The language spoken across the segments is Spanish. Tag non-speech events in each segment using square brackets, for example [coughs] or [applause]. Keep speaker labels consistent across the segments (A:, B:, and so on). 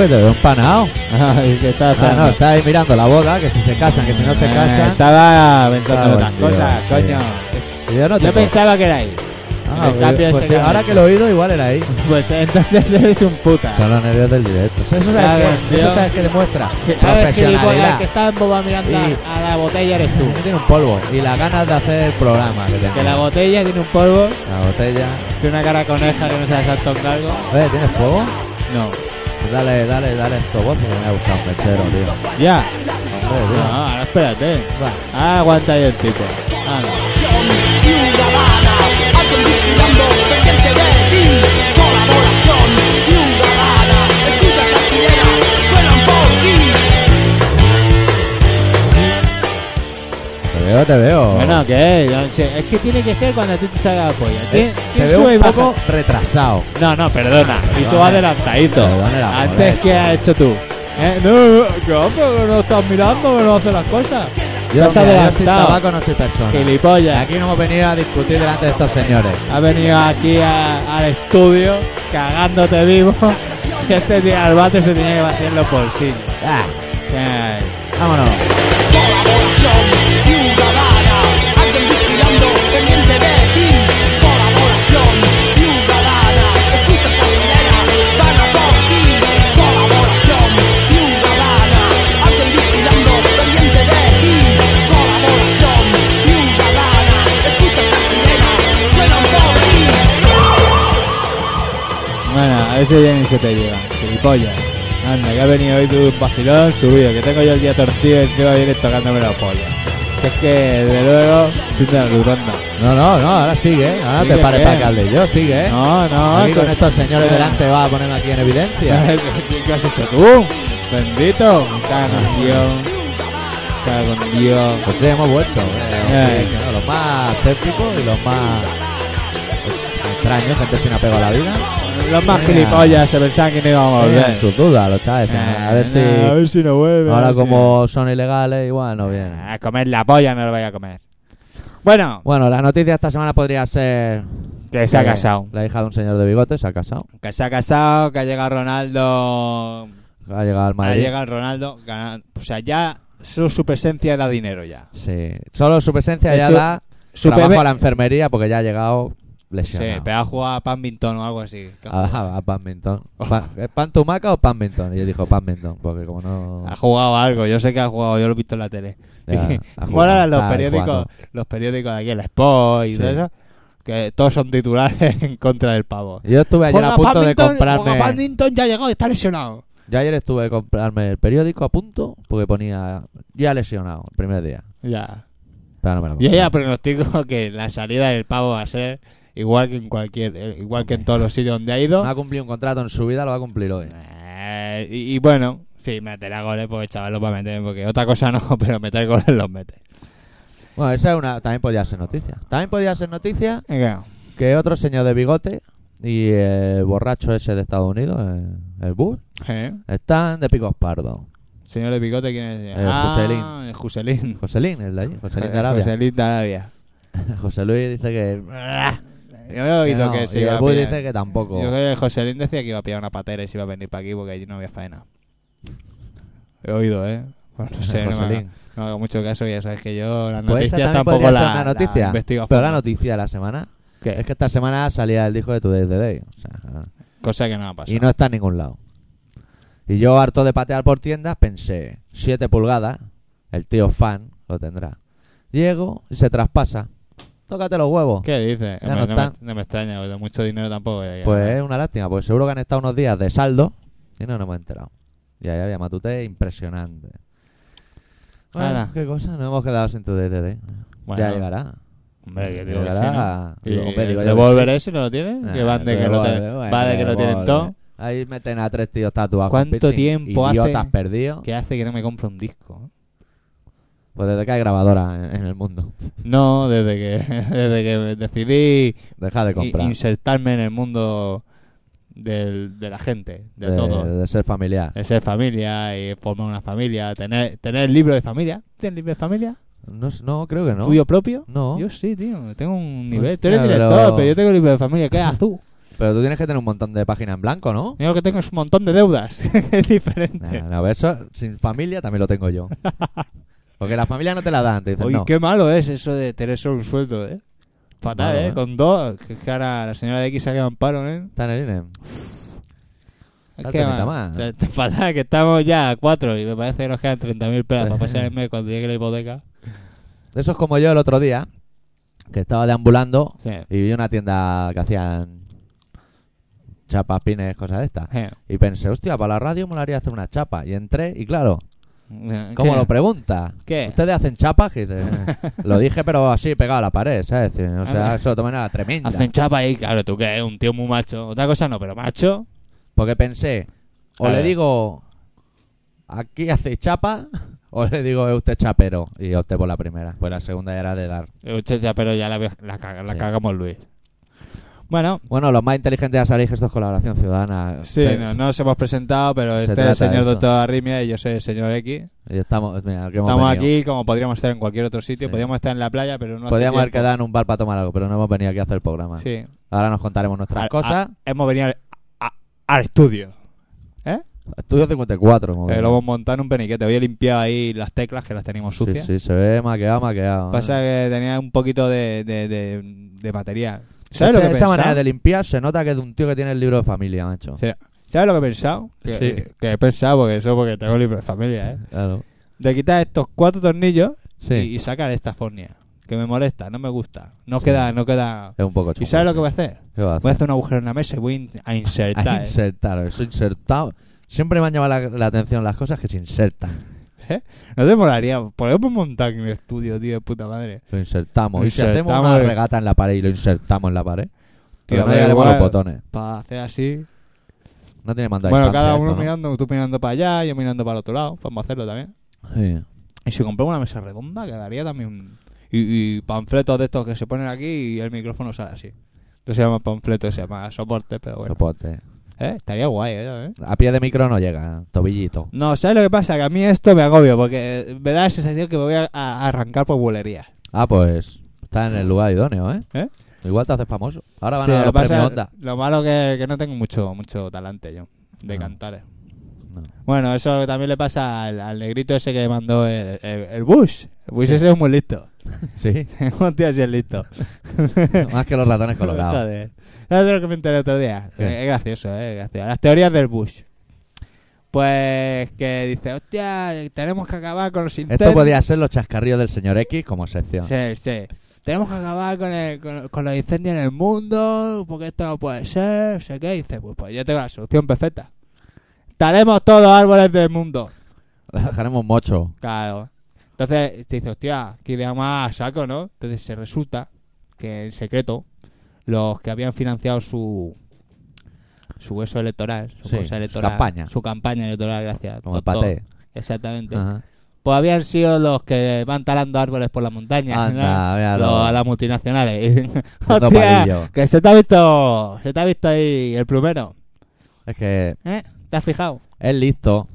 A: que te veo empanado.
B: [laughs] Ah, es que estaba
A: Ah, no,
B: esperando.
A: está ahí mirando la boda, que si se casan, que si no se
B: Ah,
A: casan.
B: Estaba pensando en
A: Ah,
B: otras
A: tío,
B: cosas,
A: tío.
B: coño.
A: Yo no
B: Yo
A: tengo-
B: pensaba que era ahí.
A: Ah,
B: el cambio
A: pues
B: ese
A: sí,
B: que han
A: ahora
B: hecho.
A: que lo he oído, igual era ahí.
B: Pues [laughs] entonces eres un puta.
A: Son los nervios del directo. Eso
B: Claro,
A: sabes, que,
B: tío.
A: eso sabes que
B: [laughs]
A: demuestra
B: ¿Sabes que el
A: profesionalidad.
B: que está en boba mirando
A: Y-
B: a la botella eres tú?
A: Que tiene un polvo y las ganas de hacer el programa que tengo.
B: Que la botella tiene un polvo,
A: La botella.
B: tiene una cara de coneja que no sabe saltar un cargo.
A: Oye, ¿tienes fuego?
B: No.
A: Pues dale, dale, dale esto vos porque me ha gustado un mechero, tío.
B: Ya.
A: Hombre,
B: No,
A: tío.
B: ahora espérate.
A: Va.
B: Ah, aguanta ahí el tipo. Ah, Anda.
C: ciudadana, alguien vigilando, pendiente de ti. Colaboración ciudadana, escucha esas sirenas, suenan por ti.
A: Te veo, te veo.
B: Bueno, ¿qué? Yo no sé. Es que tiene que ser cuando a ti te salga la polla. ¿Quién,
A: Eh,
B: quién
A: te veo
B: sube y
A: un
B: baja?
A: poco retrasado.
B: No, no, perdona. Y tú
A: Perdona.
B: adelantadito.
A: Perdona,
B: Antes
A: joder.
B: que has hecho tú. ¿Eh? No, no, que hombre, que no estás mirando, que no haces las cosas.
A: Yo,
B: Estás
A: mira, yo soy
B: adelantado.
A: tabaco, no soy persona.
B: Gilipollas.
A: Aquí no hemos venido a discutir delante de estos señores.
B: Has venido aquí a- al estudio cagándote vivo. [laughs] Y este tío al bate se tenía que vaciar los bolsillos.
A: Ah,
B: Ay.
A: vámonos.
C: Colaboración ciudadana, alguien vigilando, pendiente de ti. Colaboración ciudadana, escucha esas sirenas, van a por ti. Colaboración ciudadana, alguien vigilando, pendiente de ti. Colaboración ciudadana, escucha esas sirenas, suenan por ti.
B: Bueno, a ver si viene y se te lleva. Gilipollas. Anda, que ha venido hoy tu vacilón subido, que tengo yo el día torcido y encima vienes tocándome los pollos. Que Es que, de luego, tú te arrugando.
A: No, no, no, ahora sigue, ¿eh? Ahora
B: ¿Sigue
A: te pares
B: qué?
A: para que hable yo, sigue, ¿eh?
B: No, no,
A: Aquí
B: tú-
A: con estos señores
B: Eh.
A: delante va a ponerme aquí en evidencia.
B: [laughs] ¿Qué- ¿Qué has hecho tú? Bendito. Me Cago en Dios. Me Cago en Dios.
A: Pues sí, hemos vuelto. eh,
B: Eh.
A: sí, que no, los más escépticos y los más extraños, gente sin apego a la vida.
B: Los más
A: Venga.
B: gilipollas se pensaban que no íbamos a
A: Tienen
B: volver.
A: sus dudas, los chavales.
B: Eh,
A: a ver si
B: no, a ver si no vuelve. a
A: ahora
B: ver si-
A: como son ilegales, igual no vienen.
B: A comer la polla no lo vaya a comer. Bueno,
A: Bueno, la noticia esta semana podría ser...
B: que se ha
A: que
B: casado.
A: La hija de un señor de bigote se ha casado.
B: Que se ha casado, que ha llegado Ronaldo.
A: Ha llegado al
B: Ha
A: Madrid.
B: llegado Ronaldo. gana- O sea, ya su, su presencia da dinero ya.
A: Sí. Solo su presencia
B: Es
A: ya
B: su-
A: da
B: su
A: trabajo
B: bebé-
A: a la enfermería porque ya ha llegado
B: Sí,
A: lesionado.
B: pero ha jugado a Pambington o algo así. Que
A: a, a, a Badminton.
B: Oh.
A: Pa- ¿Es pan tumaca o pan mentón? Y yo dijo pan mentón, porque como no...
B: Ha jugado algo, yo sé que ha jugado, yo lo he visto en la tele. [laughs]
A: Ya,
B: Dije,
A: ha jugado,
B: Mola los
A: está
B: periódicos,
A: jugando.
B: los periódicos de aquí, el Sport y
A: Sí.
B: todo eso, que todos son titulares [laughs] en contra del pavo.
A: Yo estuve ayer
B: Juega
A: a punto de
B: Paddington,
A: comprarme...
B: juega Paddington ya ha llegado y está lesionado.
A: Yo ayer estuve de comprarme el periódico a punto porque ponía... Ya lesionado, el primer día.
B: Ya.
A: Pero no me lo
B: Yo
A: compré.
B: ya pronostico [laughs] que la salida del pavo va a ser igual que en cualquier, eh, igual que en todos los sitios donde ha ido.
A: No ha cumplido un contrato en su vida, lo va a cumplir hoy.
B: Eh, y, y bueno, sí, meterá goles porque el chaval los va a meter, porque otra cosa no, [laughs] pero meter goles los mete.
A: Bueno, esa es una... También podía ser noticia. También podía ser noticia
B: Venga.
A: que otro señor de bigote y el borracho ese de Estados Unidos, eh, el Bush,
B: ¿Eh?
A: están de picos pardos.
B: Señor de Picote, ¿quién es?
A: El
B: ah, el Juselín.
A: Joselín, el de allí, Joselín de
B: Eh,
A: Arabia.
B: Joselín de Arabia.
A: [laughs] José Luis dice que...
B: Yo he oído
A: Eh, no,
B: que
A: y
B: se
A: el
B: iba a
A: Buy
B: pillar-
A: dice que tampoco. [laughs]
B: Yo creo que el Joselín decía que iba a pillar una patera y se iba a venir para aquí porque allí no había faena. He oído, ¿eh? Bueno, no sé, no me,
A: Joselín.
B: haga, no haga mucho caso, ya sabes que yo las
A: Pues esa
B: noticias
A: también
B: tampoco
A: podría
B: la,
A: ser una noticia.
B: investigo a
A: pero la
B: fondo.
A: noticia de la semana
B: ¿Qué?
A: es que esta semana salía el disco de Today the Day. o sea,
B: Cosa que no ha pasado.
A: y no está en ningún lado. Y yo, harto de patear por tiendas, pensé: 7 pulgadas, el tío fan lo tendrá. Llego y se traspasa. Tócate los huevos.
B: ¿Qué dices? Hombre,
A: Ya no
B: no, me,
A: está.
B: no me extraña, porque mucho dinero tampoco. hay que
A: Pues
B: ganar.
A: es una lástima, porque seguro que han estado unos días de saldo y no nos hemos enterado. Y ahí había matute impresionante. Bueno,
B: Ala.
A: qué cosa, nos hemos quedado sin Today the Day.
B: Bueno,
A: ya llegará.
B: Hombre, yo
A: Ya
B: digo que sí,
A: llegará.
B: ¿no?
A: Digo,
B: Y
A: hombre, digo yo que Ah,
B: devolveré si no lo tienes.
A: Nah,
B: que van de que lo,
A: revólver,
B: te-
A: bueno,
B: va de que lo tienen
A: revólver.
B: todo.
A: Ahí meten a tres tíos tatuados.
B: ¿Cuánto tiempo hace
A: Idiotas perdidos.
B: ¿Qué hace que no me compre un disco?
A: Pues desde que hay grabadora en, en el mundo.
B: No, desde que, [laughs] desde que decidí
A: Deja de
B: i-
A: comprar.
B: insertarme en el mundo del- de la gente, de, todo.
A: de ser familiar.
B: De ser familia y formar una familia, tener tener libro de familia. ¿Tienes libro de familia?
A: No, s- no, creo que no.
B: ¿Tuyo propio?
A: No.
B: Yo sí, tío. Tengo un nivel. Tú eres
A: Hostia,
B: director,
A: pero- [laughs]
B: pero yo tengo libro de familia que es azul.
A: Pero tú tienes que tener un montón de páginas en blanco, ¿no?
B: Yo lo que tengo es un montón de deudas. [laughs] es diferente.
A: Nah, no, eso sin familia también lo
B: [laughs]
A: tengo yo. Porque la familia no te la dan, te dicen,
B: Uy,
A: no.
B: qué malo es eso de tener solo un sueldo, ¿eh? Fatal,
A: Malo,
B: ¿eh?
A: ¿eh?
B: Con dos. Que es que ahora la señora de X se ha quedado en paro, ¿eh?
A: Está en el E INE.
B: Es
A: Falta
B: que man,
A: mitad más.
B: te- te fatal, que estamos ya a cuatro y me parece que nos quedan 30.000 pelas para
A: [laughs]
B: pasar el mes cuando llegue la hipoteca.
A: Eso es como yo el otro día, que estaba deambulando
B: Sí.
A: y vi una tienda que hacían chapas, pines, cosas de estas.
B: Eh,
A: Y pensé, hostia, para la radio molaría hacer una chapa. Y entré y claro,
B: eh,
A: ¿cómo
B: ¿qué?
A: lo pregunta?
B: ¿Qué?
A: ¿Ustedes hacen chapas? Que
B: [laughs]
A: dice, lo dije, pero así, pegado a la pared, ¿sabes? O sea, eso de manera tremenda.
B: Hacen chapa ahí, claro, tú que eres un tío muy macho. Otra cosa no, pero macho.
A: Porque pensé, o
B: Claro.
A: le digo, aquí hacéis chapa, [laughs] o le digo, es usted chapero. Y opté por la primera. Pues la segunda era de dar.
B: eh, usted ya, pero ya la, la, caga- la
A: Sí.
B: cagamos, Luis. Bueno,
A: Bueno, los más inteligentes ya sabéis que esto es colaboración ciudadana.
B: sí,
A: Se-
B: no, no nos hemos presentado, pero
A: Se
B: este es el
A: trata de
B: señor
A: esto.
B: Doctor Arrimia y yo soy el señor X.
A: y estamos, mira, que hemos
B: Estamos
A: venido.
B: aquí como podríamos estar en cualquier otro sitio.
A: Sí.
B: Podríamos estar en la playa, pero no hace
A: Podríamos haber
B: tiempo.
A: quedado en un bar para tomar algo, pero no hemos venido aquí a hacer el programa.
B: Sí. Ah,
A: Ahora nos contaremos nuestras
B: Al-
A: cosas.
B: a- hemos venido al, a- al estudio.
A: Estudio 54. hemos
B: Eh,
A: venido.
B: lo hemos montado en un peniquete. Hoy he limpiado ahí las teclas que las teníamos
A: sí,
B: sucias.
A: sí, se ve maqueado, maqueado.
B: Pasa que tenía un poquito de, de, de- de material. ¿Sabes
A: Esa-
B: lo que he
A: Esa
B: pensado?
A: manera de limpiar se nota que es de un tío que tiene el libro de familia, macho.
B: Sí. ¿Sabes lo que he pensado? Que,
A: Sí.
B: que he pensado, porque eso porque tengo libro de familia, ¿eh?
A: Claro.
B: De quitar estos cuatro tornillos
A: Sí,
B: y, y sacar esta fornia. Que me molesta, no me gusta. No
A: Sí.
B: queda, no queda.
A: es un poco chungo.
B: ¿Y sabes lo
A: sí.
B: que voy a hacer?
A: ¿Qué va a
B: Voy a hacer un agujero en la mesa y voy in- a insertar.
A: Ah,
B: ¿eh?
A: insertar, eso insertado. Siempre me han llamado la, la atención las cosas que se insertan.
B: No te molaría. Podemos montar aquí un estudio, tío, de puta madre.
A: Lo insertamos.
B: Lo
A: y si hacemos
B: insertamos
A: una
B: en-
A: regata en la pared y lo insertamos en la pared,
B: Tío,
A: pero no
B: pero
A: llegaremos a
B: igual-
A: los botones.
B: Para hacer así.
A: No tiene mando a
B: Bueno,
A: distancia
B: cada
A: esto,
B: uno
A: ¿no?
B: mirando, tú mirando para allá, yo mirando para el otro lado. Podemos hacerlo también.
A: Sí.
B: Y si compramos una mesa redonda, quedaría también. Y, y panfletos de estos que se ponen aquí y el micrófono sale así. No se llama panfleto, se llama soporte, pero bueno.
A: Soporte.
B: Eh, Estaría guay, ¿eh?
A: A pie de micro no llega, tobillito.
B: No, ¿sabes lo que pasa? Que a mí esto me agobio, porque eh, me da la sensación que me voy a, a arrancar por bulería.
A: Ah, pues está en el lugar idóneo, ¿eh?
B: ¿Eh?
A: Igual te haces famoso. Ahora van
B: Sí,
A: a dar
B: lo,
A: los
B: pasa-
A: premios Onda.
B: lo malo que, que no tengo mucho mucho talante yo, de
A: No.
B: cantar. eh.
A: No.
B: Bueno, eso también le pasa al, al negrito ese que me mandó el, el, el Bush. El Bush ese es muy listo.
A: Sí,
B: [laughs] Un tío así es listo.
A: [laughs]
B: [laughs]
A: más que los ratones colorados.
B: Joder. ¿Sabes de lo que me enteré otro día?
A: ¿Qué?
B: Eh, Es gracioso, eh, es gracioso. Las teorías del Bush. Pues que dice, hostia, tenemos que acabar con los
A: Esto
B: internos.
A: podía ser los chascarrillos del señor X como sección.
B: Sí, sí. Tenemos que acabar con, el- con, con los incendios en el mundo, porque esto no puede ser, no sé qué. Y dice, pues, pues yo tengo la solución perfecta. Talemos todos los árboles del mundo.
A: [laughs] Dejaremos mocho.
B: Claro. Entonces te dice, hostia, que idea más a saco, ¿no? Entonces se resulta que en secreto los que habían financiado su su hueso electoral, su
A: Sí,
B: cosa
A: su
B: electoral,
A: campaña.
B: su campaña electoral, gracias.
A: Como el
B: doctor.
A: paté. Ah.
B: Exactamente.
A: Ajá.
B: Pues habían sido los que van talando árboles por la montaña.
A: Anda,
B: ¿no?
A: míralo.
B: Los- a las multinacionales. [laughs]
A: Dando
B: Hostia,
A: palillo.
B: que se te ha visto, se te ha visto ahí el plumero.
A: Es que
B: ¿eh? ¿Te has fijado?
A: es listo.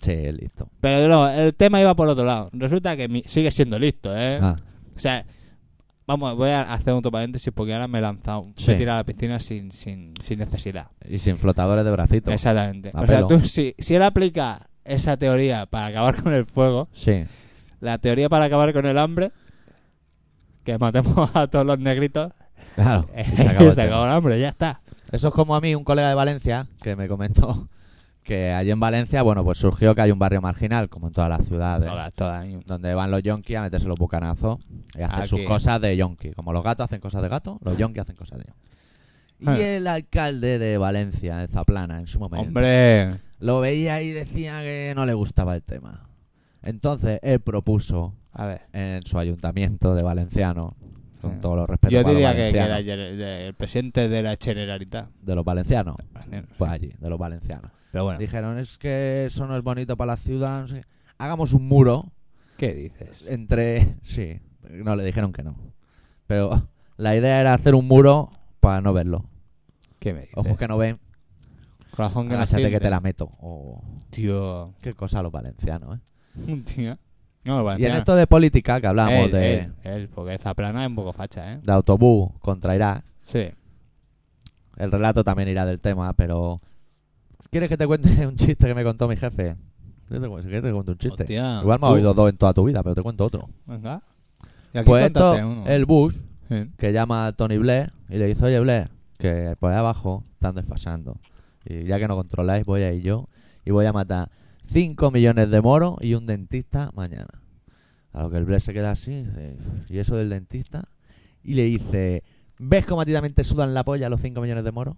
A: Sí, es listo.
B: Pero no, el tema iba por otro lado. Resulta que mi- sigue siendo listo, ¿eh?
A: Ah,
B: O sea, vamos, voy a hacer otro paréntesis porque ahora me he lanzado.
A: Sí.
B: Me he tirado a la piscina sin, sin, sin necesidad.
A: y sin flotadores de bracitos.
B: Exactamente.
A: A
B: o sea,
A: pelo.
B: tú, si, si él aplica esa teoría para acabar con el fuego,
A: Sí.
B: la teoría para acabar con el hambre, que matemos a todos los negritos, [laughs]
A: Claro. y
B: eh,
A: [laughs] se acabó el
B: se acabó
A: tema.
B: el hambre, ya está.
A: Eso es como a mí, un colega de Valencia, que me comentó [laughs] que allí en Valencia, bueno, pues surgió que hay un barrio marginal, como en todas las ciudades,
B: Todas, todas. y un-
A: donde van los yonkis a meterse los bucanazos y hacer sus
B: Aquí.
A: cosas de yonki. Como los gatos hacen cosas de gato, los yonkis hacen cosas de yonki.
B: Ah.
A: Y el alcalde de Valencia, de Zaplana, en su momento,
B: Hombre,
A: lo veía y decía que no le gustaba el tema. Entonces, él propuso
B: a ver.
A: en su ayuntamiento de Valenciano, con
B: Sí.
A: todo los respeto
B: Yo
A: para los
B: diría que, que
A: valencianos,
B: era el, el presidente de la Generalitat.
A: de los valencianos, pues allí, de los valencianos.
B: Pero bueno,
A: Dijeron, es que eso no es bonito para la ciudad, no sé qué". hagamos un muro
B: ¿qué dices?
A: entre... Sí, no, le dijeron que no. Pero la idea era hacer un muro para no verlo.
B: ¿Qué me dices?
A: Ojos que no ven,
B: Corazón que no
A: agachate que
B: siente.
A: te la meto. Oh,
B: Tío.
A: qué cosa los valencianos, ¿eh?
B: [laughs] Un tío. No, pues,
A: Y en esto de política, que hablamos
B: él,
A: de,
B: él, él, porque esa plana es un poco facha, ¿eh?
A: de autobús contra Irak,
B: Sí.
A: El relato también irá del tema, pero. ¿Quieres que te cuente [laughs] un chiste que me contó mi jefe? Yo te cu- Si quieres, te cuento un chiste.
B: Hostia,
A: Igual me has
B: tú.
A: oído dos en toda tu vida, pero te cuento otro.
B: Venga. Y aquí
A: Pues
B: contaste
A: esto,
B: uno.
A: el Bush,
B: Sí.
A: que llama a Tony Blair y le dice: Oye, Blair, que por ahí abajo están desfasando. Y ya que no controláis, voy a ir yo y voy a matar 5 millones de moros y un dentista mañana. A lo que el Blair se queda así, y dice, ¿y eso del dentista? Y le dice, ¿ves cómo a ti también te sudan la polla los 5 millones de moros?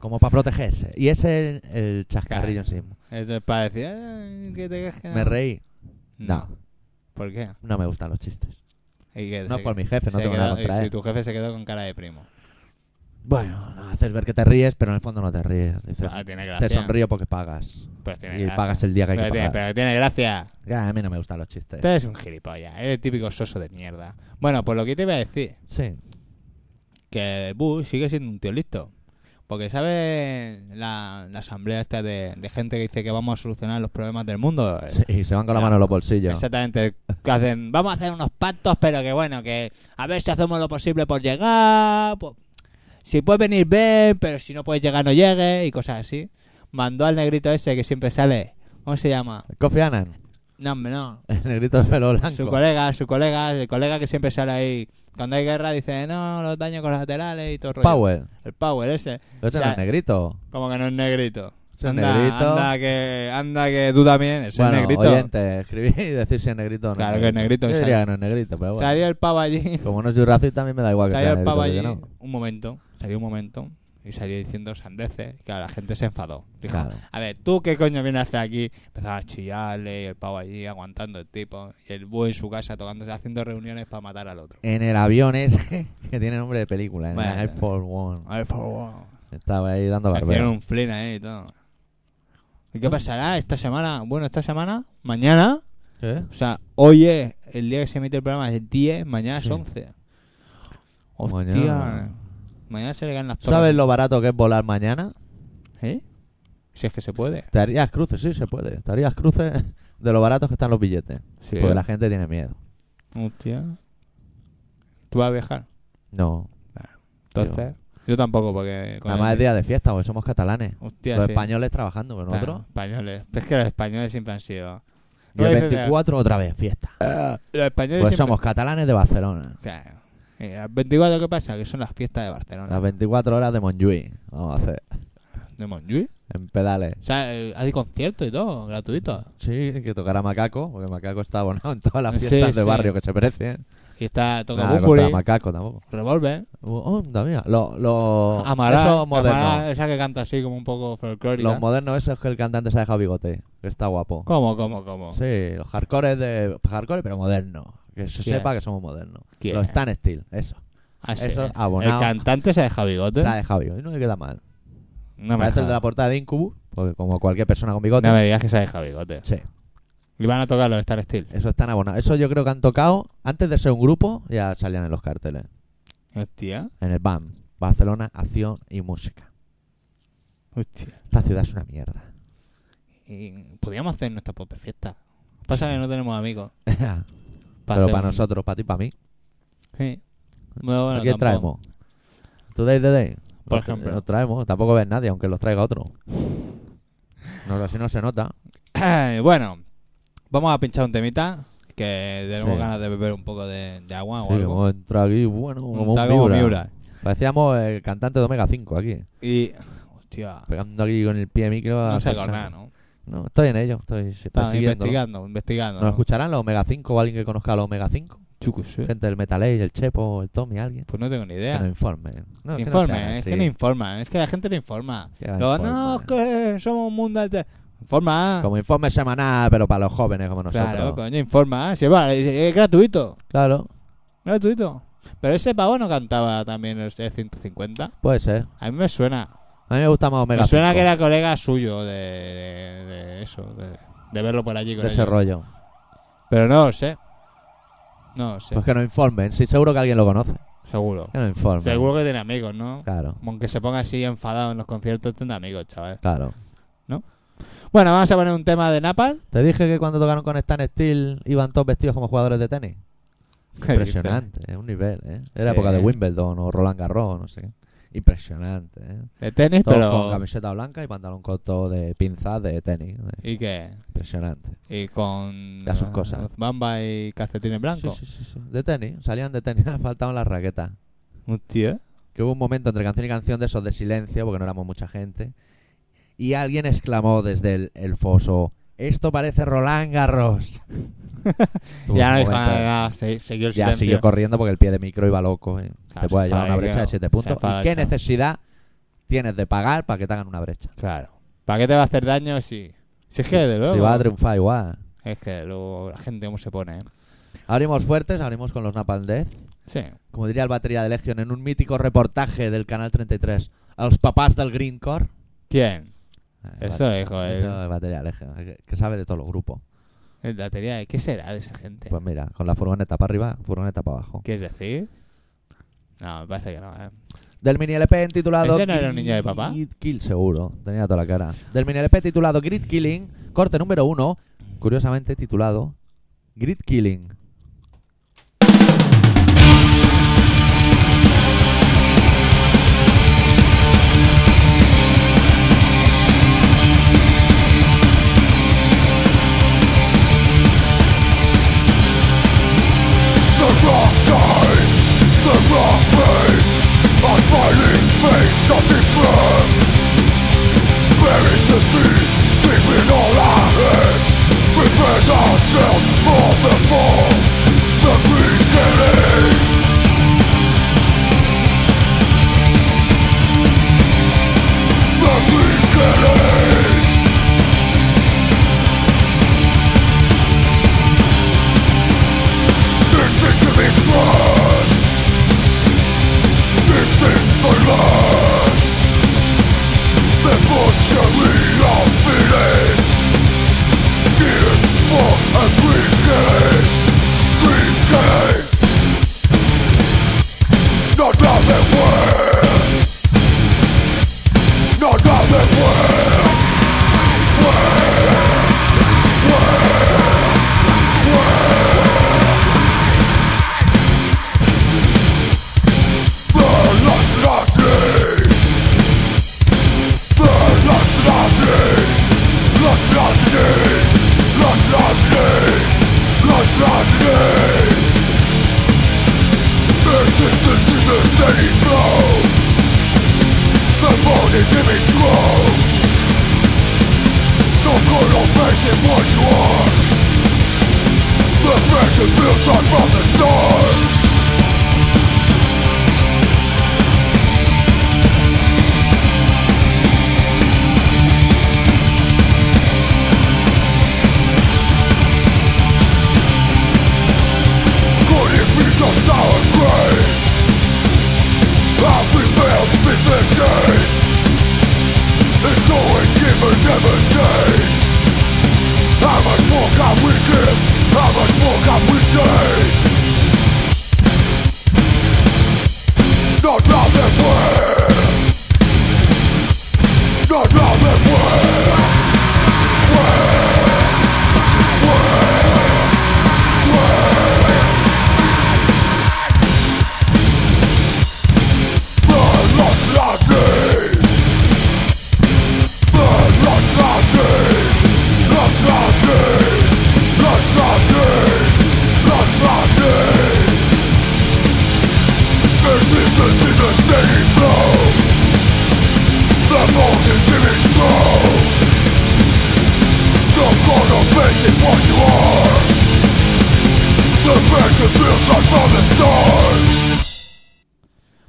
A: Como para protegerse. Y ese es el, el chascarrillo en sí. mismo.
B: Eso es para decir, "Ay, que te quejes que
A: Me
B: no".
A: reí.
B: No.
A: No.
B: ¿Por qué?
A: No me gustan los chistes.
B: Y que
A: No
B: se-
A: es por mi jefe, no
B: se
A: tengo
B: quedó-
A: nada contra
B: y
A: él.
B: Si tu jefe se quedó con cara de primo.
A: Bueno, no, haces ver que te ríes, pero en el fondo no te ríes. Dices,
B: Ah, tiene gracia.
A: te sonrío porque pagas.
B: Pero tiene
A: Y
B: gracia.
A: pagas el día que hay
B: Pero
A: que
B: tiene,
A: pagar.
B: pero tiene gracia.
A: Ya, a mí no me gustan los chistes.
B: Tú eres un gilipollas. Eres el típico soso de mierda. Bueno, pues lo que te iba a decir.
A: Sí.
B: Que Bush sigue siendo un tío listo. Porque, ¿sabes la, la asamblea esta de, de gente que dice que vamos a solucionar los problemas del mundo? eh,
A: Sí, Y se van con la mano en los bolsillos.
B: Exactamente. Que hacen, vamos a hacer unos pactos, pero que bueno, que a ver si hacemos lo posible por llegar. po- si puedes venir, ven, pero si no puedes llegar, no llegues y cosas así. Mandó al negrito ese que siempre sale. ¿Cómo se llama?
A: Kofi Annan,
B: No, hombre, no.
A: el negrito de pelo
B: Su
A: blanco.
B: colega, su colega, el colega que siempre sale ahí. Cuando hay guerra dice, no, los daños colaterales y todo el rollo".
A: Powell.
B: El Power ese.
A: Pero ese
B: O sea,
A: no es negrito.
B: Como que no es negrito.
A: Ese es
B: anda,
A: negrito.
B: anda que, anda que tú también. Ese
A: bueno,
B: es negrito.
A: oyente, escribí y decir si es negrito o no.
B: Claro que es negrito,
A: Yo
B: sale.
A: diría que no es negrito, pero bueno.
B: Salió el pavo allí.
A: Como no es Jurassic, también me da igual
B: [laughs]
A: que
B: Salió
A: sea
B: el
A: negrito.
B: pavo
A: que
B: allí
A: no.
B: un momento, salió un momento y salió diciendo sandeces. Claro, la gente se enfadó. Dijo,
A: Claro.
B: a ver, ¿tú qué coño vienes a hacer aquí? Empezaba a chillarle y el pavo allí aguantando el tipo. Y el búho en su casa tocándose, haciendo reuniones para matar al otro.
A: En el avión ese, [laughs] que tiene nombre de película, en
B: Bueno.
A: el Air Force One.
B: A ver, por favor.
A: Estaba ahí dando
B: Hicieron
A: barbero.
B: un flin ahí y todo. ¿Y
A: Ah.
B: qué pasará esta semana? Bueno, esta semana, mañana,
A: ¿Qué?
B: o sea, hoy es el día que se emite el programa es 10, mañana es
A: Sí.
B: 11. Hostia.
A: Mañana.
B: Mañana, se le ganan las torres.
A: ¿Sabes lo barato que es volar mañana?
B: ¿Eh? Si es que se puede.
A: Te harías cruces, sí, se puede. Te harías cruces [laughs] de lo baratos que están los billetes.
B: Sí.
A: Porque la gente tiene miedo.
B: Hostia. ¿Tú vas a viajar?
A: No.
B: Entonces. Yo tampoco, porque. con
A: Además
B: el-
A: es día de fiesta, porque somos catalanes.
B: Hostia,
A: los
B: sí.
A: españoles trabajando, pero
B: Claro,
A: nosotros.
B: españoles. Es que los españoles siempre han sido.
A: Y
B: No
A: el
B: dices de-
A: 24 otra vez fiesta.
B: Los españoles
A: Pues
B: siempre.
A: somos catalanes de Barcelona.
B: Claro. Y eh, las 24, ¿qué pasa? Que son las fiestas de Barcelona.
A: Las 24 horas de Montjuïc. Vamos a hacer.
B: ¿De Montjuïc?
A: En pedales.
B: O sea, eh, hay conciertos y todo, gratuitos.
A: Sí, que tocará Macaco, porque Macaco está abonado [laughs] en todas las
B: Sí,
A: fiestas de
B: sí.
A: barrio que se parecen.
B: Y está Toca
A: Nada contra Macaco tampoco.
B: Revolver,
A: Oh, onda mía. Los lo,
B: Amaral,
A: esos modernos.
B: Amaral, esa que canta así como un poco folclórica.
A: Los modernos esos que el cantante se ha dejado bigote. Que está guapo.
B: ¿Cómo, cómo, cómo?
A: Sí, los hardcore de hardcore pero moderno. Que se
B: ¿Quién?
A: sepa que somos modernos.
B: ¿Quién?
A: Los Stan Steel, eso.
B: Ah, sí.
A: esos
B: El
A: abonados.
B: cantante se deja bigote.
A: Se ha dejado bigote. No le queda mal.
B: No me,
A: Parece el de la
B: jodas.
A: portada de Incubus, porque como cualquier persona con bigote.
B: No me digas que se deja bigote.
A: Sí,
B: Y van a tocar los Star Steel.
A: eso están abonados. Eso yo creo que han tocado antes de ser un grupo, ya salían en los carteles.
B: Hostia,
A: En el BAM. Barcelona, acción y música.
B: hostia.
A: Esta ciudad es una mierda. [laughs]
B: Y podríamos hacer nuestra propia fiesta. Pasa que no tenemos amigos.
A: pero
B: hacer
A: para
B: un-
A: nosotros, para ti, para mí.
B: Sí. Bueno, bueno,
A: ¿A quién
B: tampoco.
A: traemos? Today the Day.
B: Por
A: Lo tra-
B: ejemplo.
A: Lo traemos. Tampoco ves nadie, aunque los traiga otro. No, así no se nota.
B: [clears throat] bueno, vamos a pinchar un temita. Que tenemos
A: Sí.
B: ganas de beber un poco de, de agua o
A: Sí,
B: algo.
A: hemos entrado aquí, bueno, como un
B: Está como
A: Miura.
B: Miura.
A: Parecíamos el cantante de Omega 5 aquí,
B: Y. Hostia.
A: pegando aquí con el pie micro. a
B: No sé
A: personas.
B: acordar, ¿no?
A: No, estoy en ello, estoy
B: Estaba
A: persiguiéndolo.
B: investigando, investigando.
A: ¿Nos escucharán los Omega 5 o alguien que conozca a los Omega 5? Gente del Metal Age, el Chepo, el Tommy, alguien.
B: Pues no tengo ni
A: Que nos
B: idea.
A: informen. No,
B: Que
A: que no
B: informen,
A: sean
B: es
A: así.
B: que no informan, es que la gente no informa.
A: Que no
B: Luego,
A: informen.
B: no, es que somos un mundo alter- Informa.
A: Como informe semanal, pero para los jóvenes como nosotros.
B: Claro, coño, informa. Si es, val- es gratuito,
A: Claro,
B: gratuito. Pero ese pavo no cantaba también el 150.
A: puede ser.
B: A mí me suena.
A: A mí me gusta más Omega
B: me suena
A: 5.
B: que era colega suyo de, de- de eso, de, de verlo por allí con
A: de ese
B: ellos.
A: rollo.
B: Pero no lo sé. No lo sé,
A: Pues que nos informen. Sí, seguro que alguien lo conoce.
B: seguro.
A: Que nos informen.
B: Seguro que tiene amigos, ¿no?
A: Claro,
B: Aunque se ponga así enfadado en los conciertos, tendrá amigos, chaval.
A: claro.
B: Bueno, vamos a poner un tema de Napal.
A: Te dije que cuando tocaron con Stan Steel iban todos vestidos como jugadores
B: [laughs]
A: de tenis. [laughs] Impresionante, es un nivel, ¿eh? Era
B: Sí.
A: época de Wimbledon o Roland Garros, no sé qué. impresionante, ¿eh?
B: De tenis,
A: Todos con
B: pero.
A: camiseta blanca y pantalón corto de pinzas de tenis. ¿eh?
B: ¿Y qué?
A: Impresionante.
B: Y con. uh,
A: Ya sus cosas.
B: Bamba y calcetines blancos.
A: Sí, sí, sí, sí. De tenis. Salían de tenis, [laughs] faltaban las raquetas.
B: Hostia.
A: Que hubo un momento entre canción y canción de esos de silencio, porque no éramos mucha gente. Y alguien exclamó desde el, el foso: Esto parece
B: [laughs]
A: Roland Garros. Tuvo
B: ya
A: un
B: no dijo
A: momento-
B: nada, nada, se- siguió el
A: Ya
B: silencio.
A: siguió corriendo porque el pie de micro iba loco. ¿eh?
B: Claro,
A: te puede
B: se
A: llevar
B: enfada,
A: una brecha
B: creo.
A: de 7
B: Se
A: puntos.
B: enfada
A: ¿Y
B: el
A: qué
B: chaval.
A: necesidad tienes de pagar para que te hagan una brecha?
B: Claro. ¿Para qué te va a hacer daño si.? Si es que de luego.
A: Si vas a triunfar igual.
B: Es que luego la gente cómo se pone, ¿eh?
A: Abrimos fuertes, abrimos con los Napalm Death.
B: Sí.
A: Como diría el batería de Legion en un mítico reportaje del Canal 33, a los papás del Greencore.
B: ¿Quién?
A: Eh,
B: Eso lo dijo
A: bate-
B: él.
A: eso es batería de Legion, que, que sabe de todos los grupos.
B: El batería, ¿qué será de esa gente?
A: Pues mira, con la furgoneta para arriba, furgoneta para abajo.
B: ¿Quieres decir? No, me parece que no, ¿eh?
A: Del mini LP titulado.
B: ¿Ese no era un niño de papá?
A: Grid Kill, seguro. Tenía toda la cara. Del mini LP titulado Grid Killing, corte número uno, curiosamente titulado Grid Killing.
D: The wrong time, the wrong way A smiling face of despair Buried the deep, deep in all our head Prepared ourselves for the fall The beginning The beginning It's meant to be fun It's meant for love The butchery of feeling Needed for a green day Green day Not now they were Not now they were The lost nothing The lost nothing Lost nothing Lost nothing Lost nothing Existence is a steady flow The morning image grows No good or faith in what you are The passion built on from the start Could it be just our grave? Have we failed to meet this change? It's always give and never take How much more can we give? How much more can we take? Not now that we're Not now that we're The lost logic The lost logic Lost logic Lost logic Lost logic Existence is a steady flow The morning's image grows No corner faith in what you are The passion builds on from the start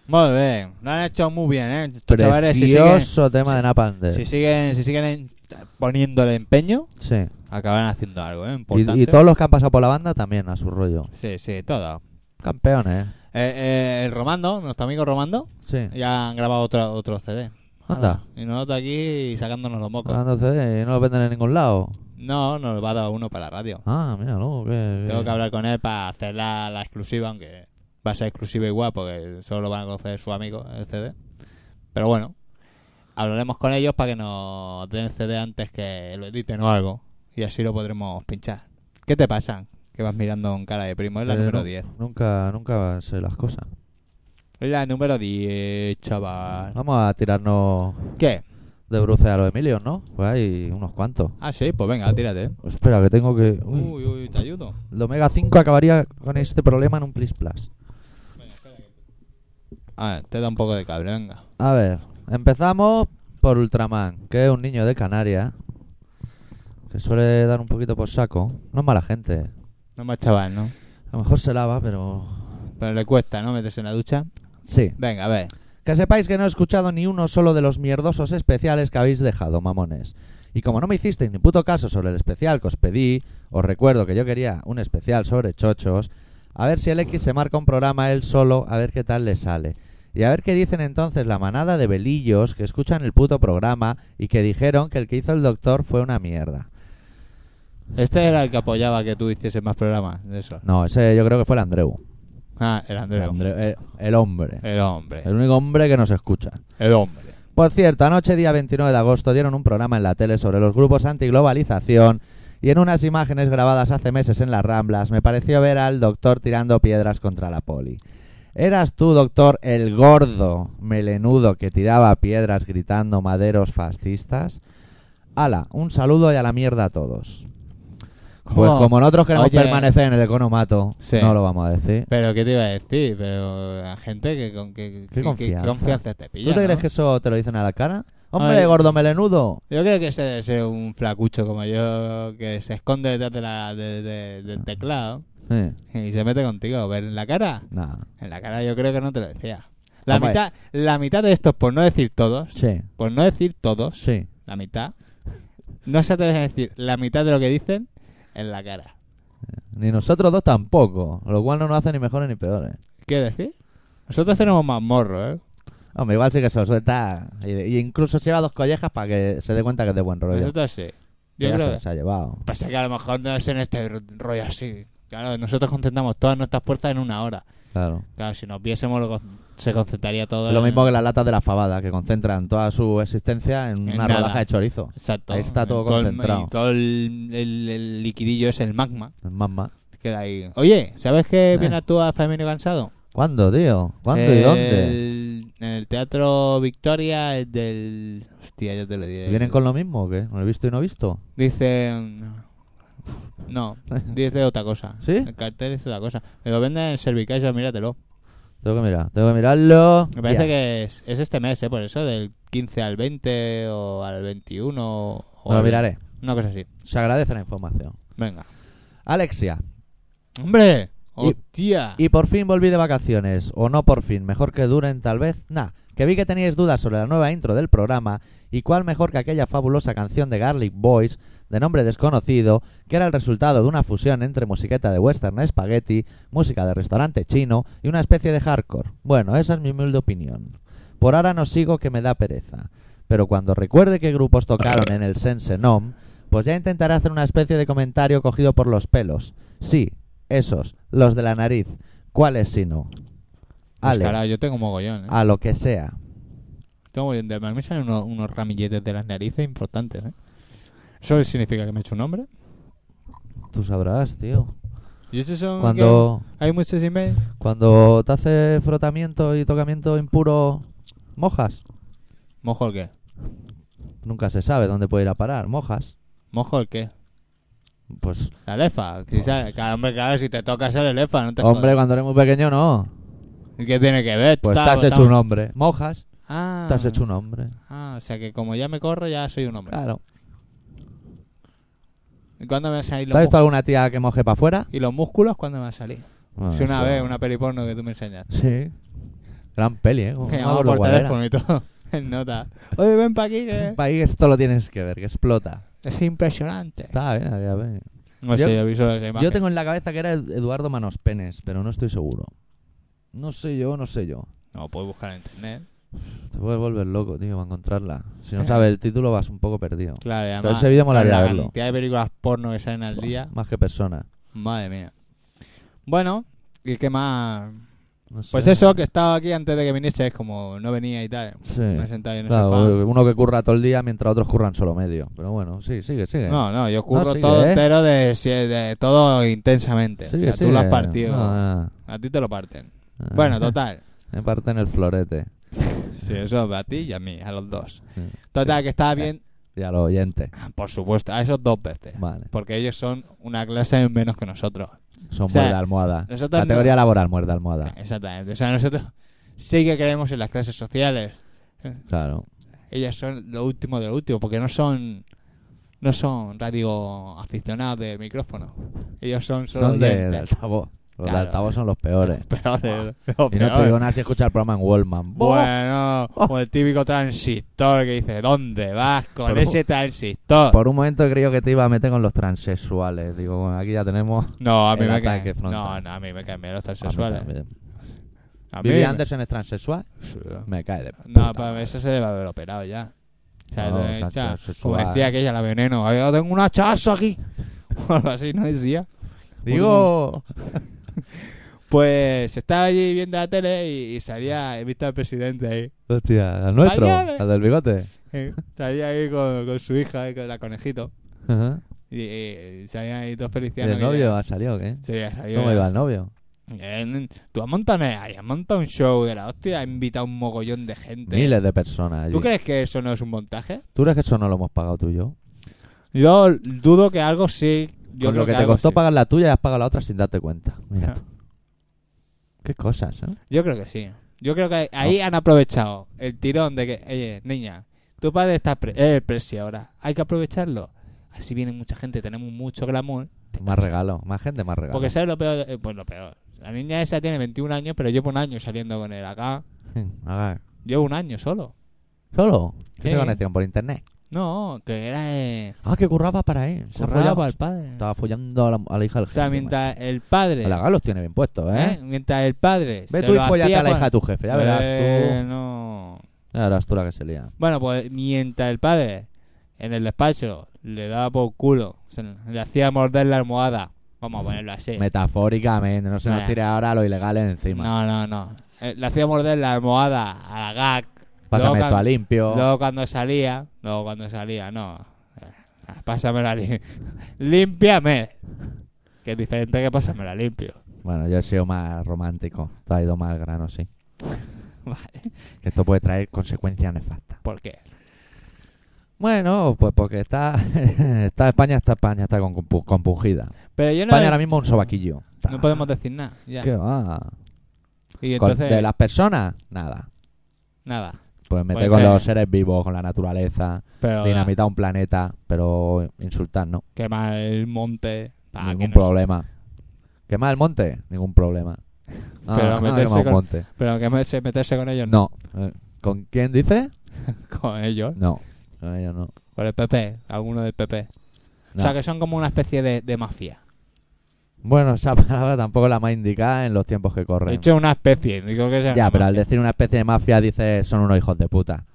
B: Muy bien, lo han hecho muy bien, ¿eh? Estos chavales, si siguen,
A: Precioso tema de Napalm Death.
B: si siguen, si siguen en- poniéndole empeño,
A: Sí.
B: acabarán haciendo algo, ¿eh? Importante.
A: Y, y todos los que han pasado por la banda también a su rollo.
B: Sí, sí, todo.
A: Campeones, ¿eh?
B: Eh, eh, el Romando, nuestro amigo Romando,
A: Sí.
B: ya han grabado otro, otro CD.
A: Anda. Ah.
B: Y nosotros aquí sacándonos los mocos.
A: Grabando CD y eh, no lo venden en ningún lado.
B: No, nos va a dar uno para la radio.
A: Ah, mira, no. que-
B: Tengo que hablar con él para hacer la, la exclusiva, aunque va a ser exclusiva igual, porque solo lo van a conocer sus amigos el CD. Pero bueno, hablaremos con ellos para que nos den el CD antes que lo editen o algo. Y así lo podremos pinchar. ¿Qué te pasa? Que vas mirando con cara de primo, es la
A: Eh,
B: número
A: nu-
B: 10.
A: Nunca, nunca sé las cosas.
B: Es la número 10, chaval.
A: Vamos a tirarnos
B: ¿Qué?
A: de bruces a los Emilios, ¿no? Pues hay unos cuantos.
B: Ah, sí, pues venga, tírate.
A: Espera, que tengo que... uy.
B: Uy, uy, te ayudo.
A: El Omega 5 acabaría con este problema en un Plis Plus.
B: A ver, Ah, te da un poco de cable, venga.
A: A ver, empezamos por Ultraman, que es un niño de Canarias, que suele dar un poquito por saco. No es mala gente.
B: No más chaval, ¿no?
A: A lo mejor se lava, pero...
B: Pero le cuesta, ¿no? Meterse en la ducha.
A: Sí.
B: Venga, a ver.
A: Que sepáis que no he escuchado ni uno solo de los mierdosos especiales que habéis dejado, mamones. Y como no me hicisteis ni puto caso sobre el especial que os pedí, os recuerdo que yo quería un especial sobre chochos, a ver si el X se marca un programa él solo, a ver qué tal le sale. Y a ver qué dicen entonces la manada de velillos que escuchan el puto programa y que dijeron que el que hizo el doctor fue una mierda.
B: Este era el que apoyaba que tú hicieses más programas de eso.
A: No, ese yo creo que fue el Andreu.
B: Ah, el
A: El,
B: Andreu. Eh.
A: Andreu- el- el hombre.
B: El hombre.
A: El único hombre que nos escucha.
B: El hombre.
A: Por cierto, anoche día 29 de agosto dieron un programa en la tele sobre los grupos antiglobalización y en unas imágenes grabadas hace meses en las Ramblas me pareció ver al doctor tirando piedras contra la poli. Eras tú, doctor, el gordo melenudo que tiraba piedras gritando maderos fascistas. Ala, un saludo y a la mierda a todos. Pues
B: ¿Cómo?
A: como nosotros queremos
B: Oye.
A: permanecer en el economato,
B: Sí.
A: no lo vamos a decir.
B: Pero qué te iba a decir, pero la gente que con que, que- que-
A: confianza.
B: confianza te
A: ¿Tú
B: pilla.
A: te crees
B: ¿no?
A: que eso te lo dicen a la cara? Hombre,
B: Ay.
A: gordo melenudo.
B: Yo creo que ese debe ser un flacucho como yo que se esconde detrás de la, de- de-
A: Ah.
B: del teclado
A: Eh,
B: y se mete contigo. Pero en la cara,
A: nada.
B: en la cara yo creo que no te lo decía. La
A: Hombre.
B: mitad, la mitad de estos, por no decir todos,
A: Sí,
B: por no decir todos,
A: sí.
B: la mitad, no se atreven a decir la mitad de lo que dicen en la cara.
A: Ni nosotros dos tampoco, lo cual no nos hace ni mejores ni peores.
B: ¿Qué decir? Nosotros tenemos más morro, ¿eh?
A: Hombre, igual sí que se lo suelta. Y, y incluso se lleva dos collejas para que se dé cuenta que es de buen rollo.
B: Nosotros sí.
A: Que
B: Yo
A: ya
B: creo
A: se
B: que...
A: las ha llevado.
B: Pasa que a lo mejor no es en este ro- rollo así. Claro, nosotros concentramos todas nuestras fuerzas en una hora.
A: Claro.
B: Claro, si nos viésemos lo con- se concentraría todo.
A: Lo
B: en-
A: mismo que las latas de la fabada, que concentran toda su existencia en
B: En
A: una
B: nada.
A: rodaja de chorizo.
B: Exacto.
A: Ahí está todo
B: En el-
A: concentrado.
B: y todo el, el- el liquidillo es el magma.
A: Es más, más.
B: que Queda ahí. Oye, ¿sabes qué
A: Eh.
B: viene a actúa Femenino Cansado?
A: ¿Cuándo, tío? ¿Cuándo y
B: El-
A: dónde?
B: En el Teatro Victoria el del... Hostia, yo te lo diré.
A: ¿Vienen con lo mismo o qué? ¿No he visto y no he visto?
B: Dicen...
A: [laughs]
B: No, dice otra cosa.
A: ¿Sí?
B: El cartel dice otra cosa. Me lo venden en Servicayo, míratelo.
A: Tengo que mirar, tengo que mirarlo.
B: Me parece
A: Ya.
B: que es, es este mes, ¿eh? Por eso, del 15 al 20 o al 21. O
A: Me lo
B: al-
A: miraré.
B: Una cosa así.
A: Se agradece la información.
B: Venga.
A: Alexia,
B: ¡Hombre!
A: Y-
B: ¡Hostia!
A: Y por fin volví de vacaciones, o no por fin, mejor que duren tal vez. Nah, que vi que teníais dudas sobre la nueva intro del programa, y cuál mejor que aquella fabulosa canción de Garlic Boys, de nombre desconocido, que era el resultado de una fusión entre musiqueta de western spaghetti, música de restaurante chino y una especie de hardcore. Bueno, esa es mi humilde opinión. Por ahora no sigo que me da pereza, pero cuando recuerde qué grupos tocaron en el Sense Nom, pues ya intentaré hacer una especie de comentario cogido por los pelos. Sí, esos, los de la nariz. ¿Cuáles si no?
B: Pues,
A: Ale,
B: carajo, yo tengo mogollón, ¿eh?
A: a lo que sea.
B: Tengo mogollón de... A mí me salen unos, unos ramilletes de las narices importantes, ¿eh? ¿Eso significa que me he hecho un nombre?
A: Tú sabrás, tío.
B: ¿Y esos son
A: Cuando,
B: que ¿Hay muchos emails?
A: cuando te hace frotamiento y tocamiento impuro, mojas.
B: ¿Mojo el qué?
A: Nunca se sabe dónde puede ir a parar. Mojas.
B: ¿Mojo el qué?
A: Pues,
B: La lefa. Si sale- claro, hombre, claro, si te toca ser el lefa, no te
A: hombre,
B: jodas.
A: cuando eres muy pequeño, no.
B: ¿Y ¿Qué tiene que ver?
A: Pues te has hecho un hombre. Mojas,
B: Ah.
A: te has hecho un Ah. hombre.
B: Ah, o sea que como ya me corro, ya soy un hombre.
A: Claro.
B: ¿Y cuándo me van a salir
A: ¿Te
B: los
A: has visto
B: músculos?
A: alguna tía que moje para afuera?
B: ¿Y los músculos cuándo me van a salir?
A: Bueno,
B: si una
A: Ah, eso-
B: vez, una peli porno que tú me enseñaste.
A: Sí. Gran peli, ¿eh? No
B: Que
A: me
B: llamaba
A: acuerdo
B: por
A: cuál era.
B: teléfono y todo. [laughs] En nota. Oye, ven para aquí que
A: Ahí esto lo tienes que ver, que explota.
B: es impresionante.
A: Está bien, había- bien.
B: No
A: Yo-
B: sé, yo he visto esa
A: Yo
B: imagen.
A: tengo en la cabeza que era Ed- Eduardo Manos Penes, pero no estoy seguro. No sé yo, no sé yo.
B: No, puedes buscar en internet.
A: Te puedes volver loco, tío, para encontrarla.
B: [laughs]
A: Si no sabes el título vas un poco perdido.
B: Claro, y además,
A: ese vídeo
B: con
A: molaría
B: la
A: verlo.
B: cantidad de películas porno que salen al día.
A: Más que persona.
B: Madre mía. Bueno, ¿y qué más?
A: No sé.
B: Pues eso, que estaba aquí antes de que viniese, es como no venía y tal.
A: Sí.
B: Me he sentado ahí en el
A: Claro,
B: sofá.
A: uno que curra todo el día mientras otros curran solo medio. Pero bueno, sí, sigue, sigue.
B: No, no, yo curro
A: sigue,
B: todo
A: ¿eh?
B: entero de, si- de todo intensamente.
A: sigue,
B: o sea, tú lo has
A: sigue.
B: partido.
A: eh, No, no, no.
B: A ti te lo parten.
A: Ah. [laughs]
B: Bueno, total.
A: Me parten el florete.
B: Sí, eso a ti y a mí, a los dos.
A: Sí.
B: Total, que estaba bien, ah,
A: Y a los oyentes.
B: por supuesto, a esos dos veces.
A: Vale.
B: Porque ellos son una clase menos que nosotros.
A: Son
B: O sea,
A: muerda almohada.
B: nosotros
A: Categoría laboral, muerda almohada.
B: Exactamente. O sea, nosotros sí que creemos en las clases sociales.
A: Claro.
B: Ellas son lo último de lo último, porque no son no son radio aficionados de micrófono. Ellos son solo
A: Son de,
B: oyentes. [laughs]
A: de altavoz. Los
B: Claro.
A: de altavoz son los peores.
B: Peores, los
A: Y no te
B: peores.
A: digo nada si escuchas el programa en Wallman. ¡Boh!
B: Bueno, o el típico transistor que dice, ¿dónde vas con
A: Por un-
B: ese transistor?
A: Por un momento creo que te iba a meter con los transexuales. Digo, bueno, aquí ya tenemos.
B: No, a mí
A: el
B: me
A: ataque
B: caen- No,
A: frontal.
B: no, a mí me caen bien los
A: Ah,
B: transexuales.
A: mira, mira.
B: A mí
A: Vivi
B: me-
A: Anderson es transexual.
B: Sí.
A: Me cae de. puta
B: No, para
A: madre.
B: eso se debe haber operado ya. O sea,
A: No,
B: de-
A: o sea,
B: ya, como
A: sexual.
B: decía aquella, la veneno. "Ay, Yo tengo un hachazo aquí. [laughs] O algo así, no decía.
A: Digo.
B: Pues estaba allí viendo la tele y, y salía, he visto al presidente ahí.
A: Hostia, al nuestro,
B: Mañana.
A: al del bigote.
B: Eh, Salía ahí con, con su hija, eh, con la conejito.
A: Ajá.
B: Y, y salían ahí dos
A: ¿Y
B: felicianos.
A: el
B: que-
A: novio ha salido o qué?
B: Sí, ya salió.
A: ¿Cómo iba el novio?
B: Eh, Tú has montado, una- has montado un show de la hostia, has invitado un mogollón de gente.
A: Miles de personas. allí.
B: ¿Tú crees que eso no es un montaje?
A: ¿Tú crees que eso no lo hemos pagado tú y yo?
B: Yo dudo que algo sí. Yo creo
A: Con lo que, te
B: algo
A: costó
B: sí.
A: pagar la tuya y has pagado la otra sin darte cuenta. Mira
B: Ajá.
A: tú. Qué cosas, ¿eh?
B: Yo creo que sí. Yo creo que ahí han aprovechado el tirón de que, oye, niña, tu padre está pre es el presi ahora. Hay que aprovecharlo. Así viene mucha gente, tenemos mucho glamour.
A: Más regalo, más gente, más regalo.
B: Porque sabes lo peor, Eh, pues lo peor. La niña esa tiene 21 años, pero llevo un año saliendo con él acá.
A: [laughs] A ver.
B: Llevo un año solo.
A: ¿Solo? ¿Qué
B: Sí.
A: se conexión por internet?
B: No, que era eh,
A: Ah, que curraba para él. Se ha
B: currado
A: follado-
B: para el padre.
A: Estaba follando a la, a la hija del
B: O sea,
A: jefe,
B: mientras el
A: macho.
B: padre,
A: A la galos tiene bien puesto, ¿eh?
B: ¿eh? mientras el padre,
A: Ve
B: se
A: tú y
B: lo
A: follate
B: hacía
A: a la
B: con-
A: hija de tu jefe, ya verás
B: Eh,
A: tú.
B: no.
A: Ya verás tú la que se lía.
B: Bueno, pues mientras el padre en el despacho le daba por culo, se- le hacía morder la almohada, vamos a
A: Mm.
B: ponerlo así.
A: Metafóricamente, no se nos
B: Nah.
A: tire ahora lo ilegal encima.
B: Eh. No, no, no. Eh, Le hacía morder la almohada a la gag.
A: Pásame
B: Luego
A: esto a
B: cuan-
A: limpio.
B: Luego cuando salía, luego cuando salía, no. Eh, Pásamela limpia. Límpiame. Que es diferente que pásamela limpio.
A: Bueno, yo he sido más romántico. Te ha ido más al grano, sí.
B: Vale.
A: Que esto puede traer consecuencias nefastas.
B: ¿Por qué?
A: Bueno, pues porque está, [laughs] está España, está España, está con- compu- compungida.
B: Pero yo no,
A: España ahora mismo es un sobaquillo.
B: eh, no podemos decir nada. ya.
A: ¿Qué va?
B: Y
A: Con-
B: entonces,
A: ¿De las personas? Nada.
B: nada.
A: Pues meter
B: Pues
A: con
B: que-
A: los seres vivos, con la naturaleza,
B: Pero
A: dinamitar un planeta, pero insultar no.
B: quemar el monte. pa, que
A: Ningún
B: no-
A: problema. ¿Quemar el monte? Ningún problema. Ah,
B: Pero
A: ah,
B: meterse
A: quemar un
B: con-
A: monte.
B: Pero que meterse, meterse con ellos,
A: No. Eh, ¿Con quién dice?
B: [laughs] Con ellos.
A: No. Con ellos no.
B: Con el PP. Alguno del PP. O
A: No.
B: sea, que son como una especie de, de mafia.
A: Bueno, esa [laughs] palabra tampoco es la más indicada en los tiempos que
B: De
A: corren.
B: hecho, es una especie. Digo que sea
A: Ya,
B: una
A: pero al
B: mafia.
A: decir una especie de mafia dice son unos hijos de puta.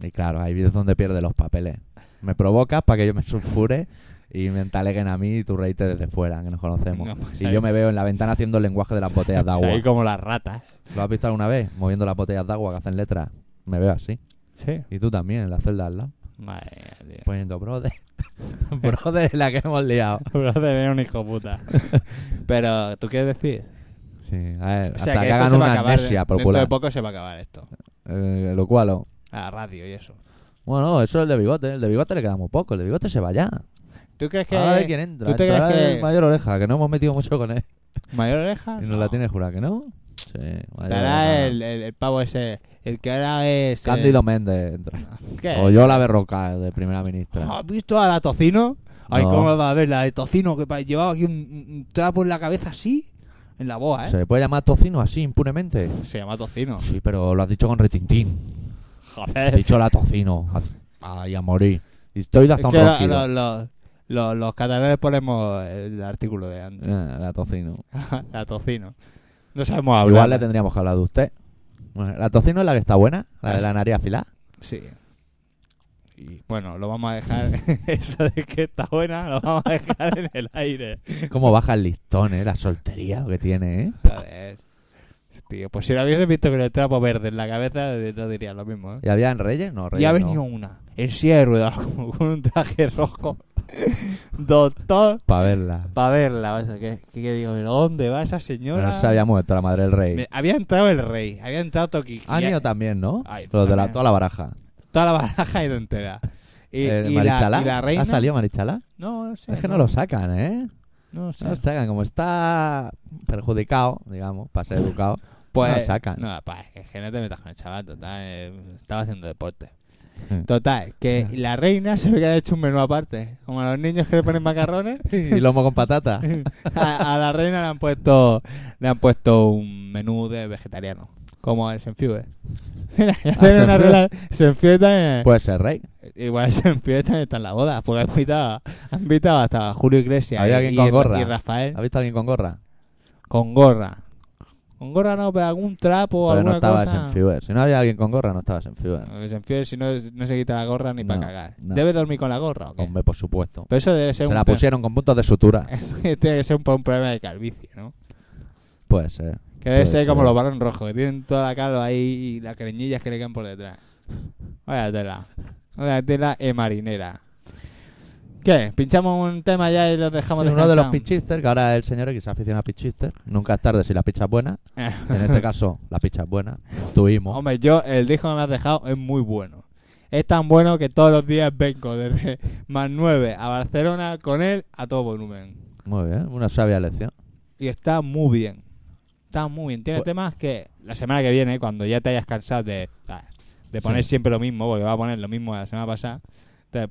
A: Y claro, ahí es donde pierde los papeles. Me provocas para que yo me sulfure y me entaleguen a mí y tú reíte desde fuera, que nos conocemos.
B: No, pues
A: y
B: ahí-
A: yo me veo en la ventana haciendo el lenguaje de las botellas de
B: O sea,
A: agua.
B: [laughs] ahí como las ratas.
A: ¿Lo has visto alguna vez? Moviendo las botellas de agua que hacen letras. Me veo así.
B: Sí.
A: Y tú también, en la celda al lado.
B: Madre mía, tío. Pues,
A: Poniendo brother. [laughs] brother es la que hemos liado.
B: [laughs] Brother, eres un hijo puta. pero, ¿tú quieres decir?
A: Sí, a ver,
B: O
A: hasta
B: sea,
A: que,
B: que esto
A: hagan
B: se va a
A: una
B: acabar.
A: amnesia
B: dentro de
A: popular.
B: poco se va a acabar esto.
A: Eh, lo cual... oh,
B: La radio y eso.
A: Bueno, eso es el de bigote. El de bigote le queda muy poco. El de bigote se va ya.
B: ¿Tú crees que.
A: Ahora a ver quién entra.
B: ¿Tú te
A: Entrará
B: crees que.
A: el mayor oreja, que no hemos metido mucho con él.
B: ¿Mayor oreja?
A: Y nos
B: No.
A: la tiene jurada, que no. Sí, mayor
B: Estará
A: oreja.
B: el, el, el pavo ese. El que ahora es. eh,
A: Cándido Méndez entra.
B: ¿Qué?
A: O yo la berroca de primera ministra.
B: ¿Has visto a la tocino? Ay,
A: No.
B: ¿cómo va a ver la de tocino que pa- llevaba aquí un, un trapo en la cabeza así? En la boa, ¿eh?
A: ¿Se le puede llamar tocino así impunemente?
B: Se llama
A: [laughs]
B: tocino.
A: Sí, pero lo has dicho con retintín. Has
B: Joder.
A: dicho la tocino. Ay, a morir. Y estoy
B: Es
A: hasta un
B: que lo-
A: ronquido.
B: lo- lo- lo- los catalanes ponemos el artículo de antes. [laughs]
A: Ah, la tocino.
B: la tocino. No sabemos hablar.
A: Igual le tendríamos que hablar de usted. Bueno, la tocino es la que está buena, la de
B: Ah,
A: la nariz afilada.
B: Sí. Y bueno, lo vamos a dejar. [laughs] Eso de que está buena, lo vamos a dejar en el aire.
A: Cómo baja el listón, eh, la soltería lo que tiene, eh.
B: Joder. Tío, pues si lo hubiese visto con el trapo verde en la cabeza, no diría lo mismo, ¿eh?
A: ¿Y había en Reyes? No, Reyes
B: Y ha [laughs]
A: no.
B: venido una, en silla de ruedas, con, con un traje rojo. [laughs] Doctor
A: para verla.
B: para verla. O sea, que, que digo, ¿pero ¿dónde va esa
A: Pero
B: señora?
A: no se había muerto la madre del rey.
B: Me- había entrado el rey, había entrado Toki.
A: Han ido también, ¿no?
B: Ay,
A: Los de la,
B: también.
A: toda la baraja.
B: Toda la baraja ha ido entera. Y,
A: Eh,
B: y la,
A: Marichalá.
B: y la reina.
A: ¿Ha salido Marichalá?
B: No, no sé.
A: Es que no lo sacan, ¿eh?
B: No sé.
A: No lo sacan. Como está perjudicado, digamos, para ser educado,
B: Pues,
A: no lo sacan.
B: No, pa, es que no te metas con el chaval, total. eh, estaba haciendo deporte.
A: Mm.
B: Total, que la reina se ve que ha hecho un menú aparte. Como a los niños que le ponen
A: [laughs]
B: macarrones,
A: [laughs] Y lomo
B: [laughs]
A: con patata.
B: a, a la reina le han puesto le han puesto un menú de vegetariano. Como el
A: [laughs]
B: Senfiue. Mira,
A: Ah,
B: ya tienen una
A: Senfiue.
B: rela- Senfiue también.
A: Puede ser rey.
B: Igual [laughs] Senfiue también está en la boda. Porque han invitado, han invitado hasta Julio Iglesias
A: Había
B: y,
A: alguien con
B: y-
A: gorra.
B: y Rafael.
A: ¿Has visto a alguien con gorra?
B: Con gorra. Con gorra no, pero algún trapo o
A: Pero
B: alguna
A: no estabas
B: cosa.
A: en Fever. Si no había alguien con gorra, no estabas en Fever.
B: No, que se enfríe si no, no se quita la gorra ni para
A: No,
B: cagar.
A: no.
B: ¿Debe dormir con la gorra o qué?
A: Hombre, por supuesto.
B: Pero Eh. eso debe ser
A: Se
B: un
A: la
B: pro-
A: pusieron con puntos de sutura.
B: [laughs] Tiene que ser un, po- un problema de calvicie, ¿no?
A: Puede ser.
B: Que debe
A: Puede
B: ser
A: ser.
B: como los varones rojos, que tienen toda la calva ahí y las creñillas que le caen por detrás. Vaya tela. Vaya tela e marinera. ¿Qué? ¿Pinchamos un tema ya y los dejamos
A: Sí, uno de los
B: descansar?
A: pitchisters, que ahora el señor X se aficiona a pitchisters. Nunca es tarde si la picha es buena.
B: [laughs]
A: En este caso, la picha es buena. Tuvimos.
B: Hombre, yo, el disco que me has dejado es muy bueno. Es tan bueno que todos los días vengo desde [laughs] más 9 a Barcelona con él a todo volumen.
A: Muy bien, una sabia lección.
B: y está muy bien. Está muy bien. Tiene
A: Pues-
B: temas que la semana que viene, cuando ya te hayas cansado de, de poner
A: Sí.
B: siempre lo mismo, porque va a poner lo mismo de la semana pasada, te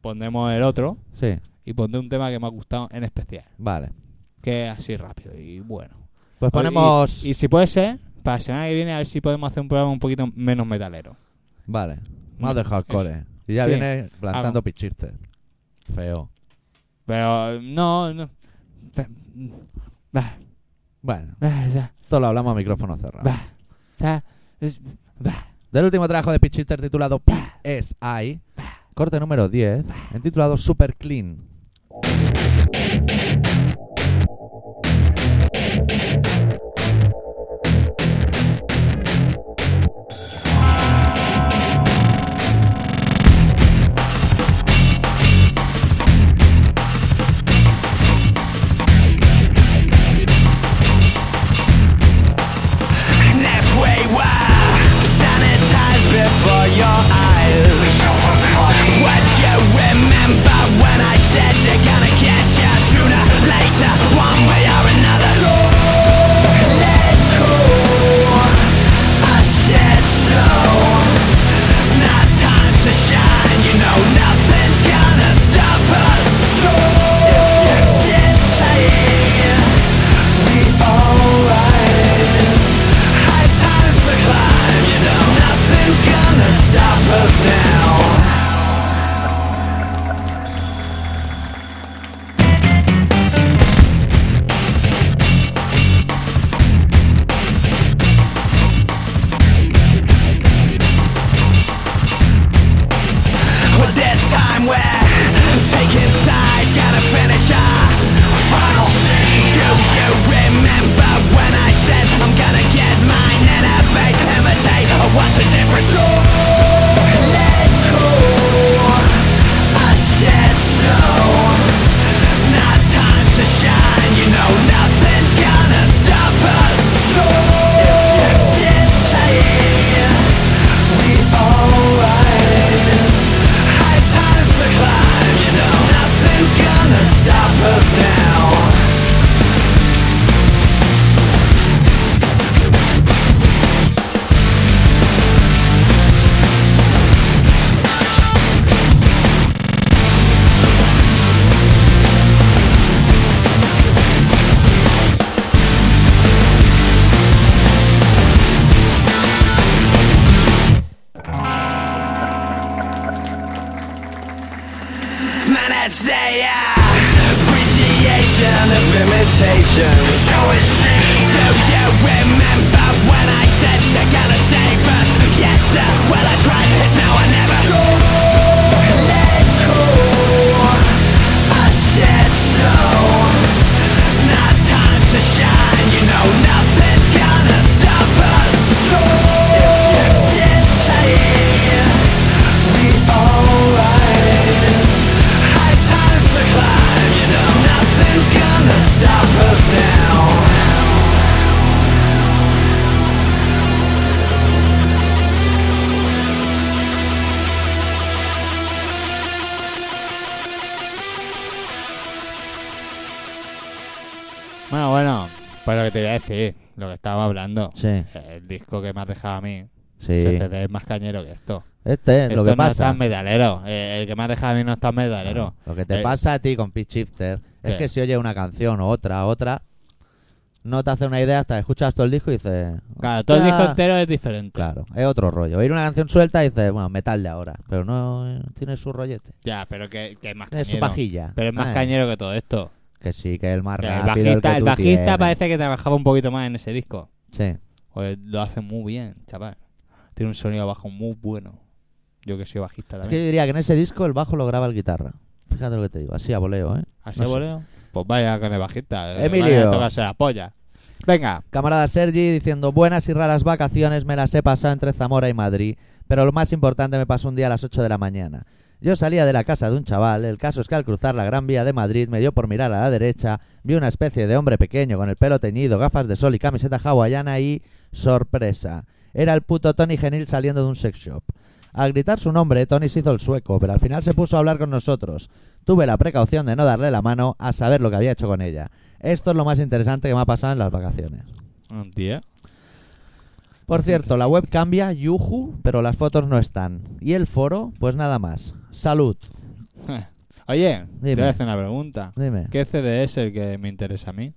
B: pondremos el otro
A: Sí,
B: y pondré un tema que me ha gustado en especial,
A: vale.
B: que es así rápido y bueno.
A: Pues ponemos.
B: Y, y si puede ser, para la semana que viene a ver si podemos hacer un programa un poquito menos metalero.
A: Vale, más de hardcore. Y ya
B: Sí. Ah,
A: viene plantando
B: Algo.
A: pitchisters. Feo.
B: Pero no, [laughs] no. Bah,
A: Bueno,
B: bah, ya,
A: esto lo hablamos a micrófono cerrado.
B: bah, ya, es- bah.
A: Del último trabajo de pitchisters titulado PSI, corte número 10, intitulado Super Clean.
D: Halfway wire, sanitize before your eyes. What you remember when I said they're gonna get you sooner, later, one way or another. So let go. I said so. Now time to shine. You know nothing's gonna stop us. So if you sit tight, be alright. High times to climb, you know nothing's gonna stop us now. But this time we're taking sides, gotta finish our final Do you remember when I said I'm gonna get mine, innovate, imitate? Oh, what's the difference? Oh, let go. I said so. Now time to shine, you know nothing's gonna stop us. So if you sit tight, we alright. High times to climb, you know nothing's gonna stop us now. Man, it's the uh, appreciation of imitation. So it's Do you remember when I said they're gonna save us? Yes, sir. Well, I tried. It's now or never. So let go. I said so. Now time to shine. You know nothing's gonna stop us. So if you sit tight, we alright. High times
B: Bueno, bueno, pues lo que te voy a decir, lo que estaba hablando.
A: Sí,
B: El disco que me has dejado a mí, ese
A: sí.
B: CD es más cañero que esto.
A: Este es
B: esto
A: lo que
B: no es
A: pasa.
B: tan medalero. Eh, el que me has dejado a mí no es tan medalero.
A: Lo que te
B: Eh,
A: pasa a ti con Pitch Shifter es
B: ¿Qué?
A: que si oyes una canción o otra, otra, no te hace una idea hasta que escuchas todo el disco y dices.
B: Claro, todo el
A: "Hostia".
B: disco entero es diferente.
A: Claro, es otro rollo. Oír una canción suelta y dices, bueno, metal de ahora. Pero no eh, tiene su rollete.
B: Ya, pero que, que es más
A: Tiene
B: cañero.
A: su pajilla.
B: Pero es más
A: Ah,
B: cañero que todo esto.
A: Que sí, que es el más
B: El
A: rápido. el, que
B: bajista, el
A: tú
B: bajista
A: tienes.
B: parece que trabajaba un poquito más en ese disco.
A: Sí.
B: Pues lo hace muy bien, chaval. Tiene un sonido bajo muy bueno. Yo que soy bajista
A: Es que
B: también.
A: yo diría que en ese disco el bajo lo graba el guitarra. Fíjate lo que te digo, así a voleo, ¿eh?
B: ¿Así
A: no sé.
B: voleo? Pues vaya con el bajista. eh,
A: Emilio.
B: vaya a tocarse la polla. Venga.
A: Camarada Sergi diciendo buenas y raras vacaciones me las he pasado entre Zamora y Madrid, pero lo más importante me pasó un día a las 8 de la mañana. Yo salía de la casa de un chaval, el caso es que al cruzar la Gran Vía de Madrid me dio por mirar a la derecha, vi una especie de hombre pequeño con el pelo teñido, gafas de sol y camiseta hawaiana y... sorpresa. Era el puto Tony Genil saliendo de un sex shop. Al gritar su nombre, Tony se hizo el sueco, pero al final se puso a hablar con nosotros. Tuve la precaución de no darle la mano a saber lo que había hecho con ella. Esto es lo más interesante que me ha pasado en las vacaciones.
B: Un día.
A: Por cierto, la web cambia, yuju, pero las fotos no están. Y el foro, pues nada más. Salud.
B: [laughs] Oye, te voy
A: Dime.
B: a hacer una pregunta.
A: Dime.
B: ¿Qué CD es el que me interesa a mí?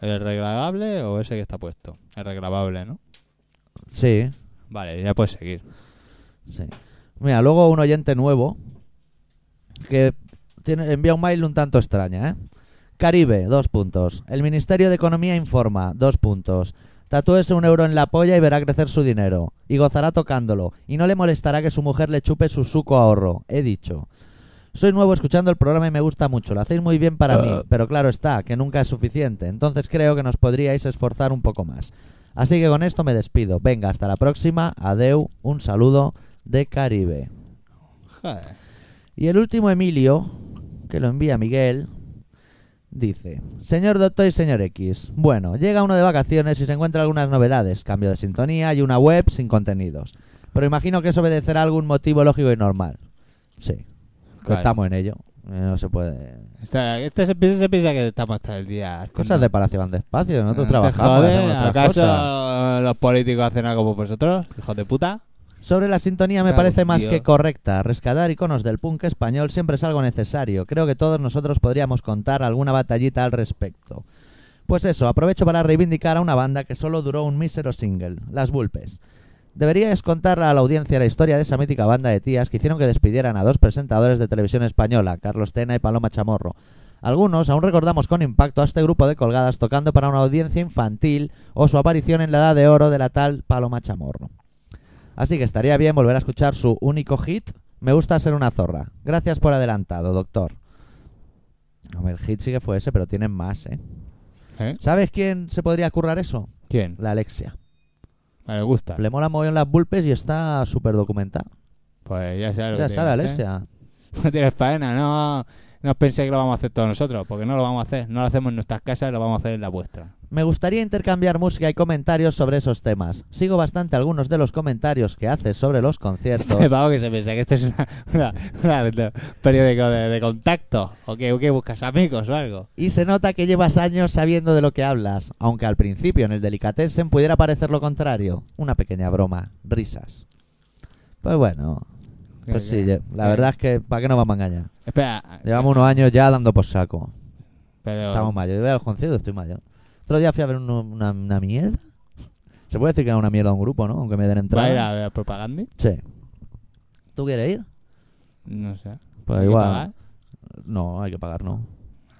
B: ¿El regrabable o ese que está puesto? El regrabable, ¿no?
A: Sí,
B: Vale, ya puedes seguir.
A: sí. Mira, luego un oyente nuevo que tiene- envía un mail un tanto extraña, ¿eh? Caribe, dos puntos. El Ministerio de Economía informa, dos puntos. Tatúese un euro en la polla y verá crecer su dinero. Y gozará tocándolo. Y no le molestará que su mujer le chupe su suco ahorro. He dicho. Soy nuevo escuchando el programa y me gusta mucho. Lo hacéis muy bien para mí. Pero claro está, que nunca es suficiente. Entonces creo que nos podríais esforzar un poco más. Así que con esto me despido. Venga, hasta la próxima. Adeu. Un saludo de Caribe.
B: Joder.
A: Y el último Emilio, que lo envía Miguel, dice, Señor Doctor y señor X, bueno, llega uno de vacaciones y se encuentra algunas novedades, cambio de sintonía y una web sin contenidos. Pero imagino que eso obedecerá a algún motivo lógico y normal. Sí, que
B: Claro.
A: estamos en ello. Eh, No se puede...
B: Esta- este se piensa, se piensa que estamos hasta el día. haciendo-
A: Cosas de palacio van despacio,
B: No
A: nosotros
B: Eh, te
A: trabajamos.
B: jodes,
A: hacemos nuestras
B: ¿Acaso
A: cosas.
B: los políticos hacen algo por vosotros? Hijos de puta.
A: Sobre la sintonía me
B: Claro,
A: parece más
B: Dios.
A: que correcta. Rescatar iconos del punk español siempre es algo necesario. Creo que todos nosotros podríamos contar alguna batallita al respecto. Pues eso, aprovecho para reivindicar a una banda que solo duró un mísero single, Las Vulpes. Deberíais contar a la audiencia la historia de esa mítica banda de tías que hicieron que despidieran a dos presentadores de televisión española, Carlos Tena y Paloma Chamorro. Algunos aún recordamos con impacto a este grupo de colgadas tocando para una audiencia infantil o su aparición en la edad de oro de la tal Paloma Chamorro. Así que estaría bien volver a escuchar su único hit, Me gusta ser una zorra. Gracias por adelantado, doctor. Hombre, el hit sí que fue ese, pero tienen más, ¿eh?
B: ¿Eh?
A: ¿Sabes quién se podría currar eso?
B: ¿Quién?
A: La Alexia.
B: Me gusta.
A: Le mola mogollón las bulpes y está súper documentada.
B: Pues ya sabes. lo
A: Ya
B: que
A: sabe,
B: tienes, ¿eh? [laughs]
A: Alexia.
B: No tienes faena, no. No penséis que lo vamos a hacer todos nosotros, porque no lo vamos a hacer. No lo hacemos en nuestras casas, lo vamos a hacer en la vuestra.
A: Me gustaría intercambiar música y comentarios sobre esos temas. Sigo bastante algunos de los comentarios que haces sobre
B: [laughs]
A: los conciertos.
B: Este pavo que se piensa que esto es una, una- una- un periódico de, de contacto. ¿O que, buscas amigos o algo?
A: Y se nota que llevas años sabiendo de lo que hablas, aunque al principio en el Delicatessen pudiera parecer lo contrario. Una pequeña broma, risas. Pues bueno, pues sí, ye- la verdad es que ¿para qué nos vamos a engañar?
B: Espera.
A: Llevamos unos años ya dando por saco.
B: Pero,
A: Estamos mayores. Yo voy a los conciertos, estoy mayor. Otro día fui a ver uno- una, una mierda. Se puede decir que era una mierda un grupo, ¿no? Aunque me den
B: ¿Va a ir
A: entrada.
B: a ver propaganda?
A: Sí. ¿Tú quieres ir?
B: No sé.
A: Pues
B: ¿Hay que
A: igual.
B: pagar?
A: No, hay que pagar, no.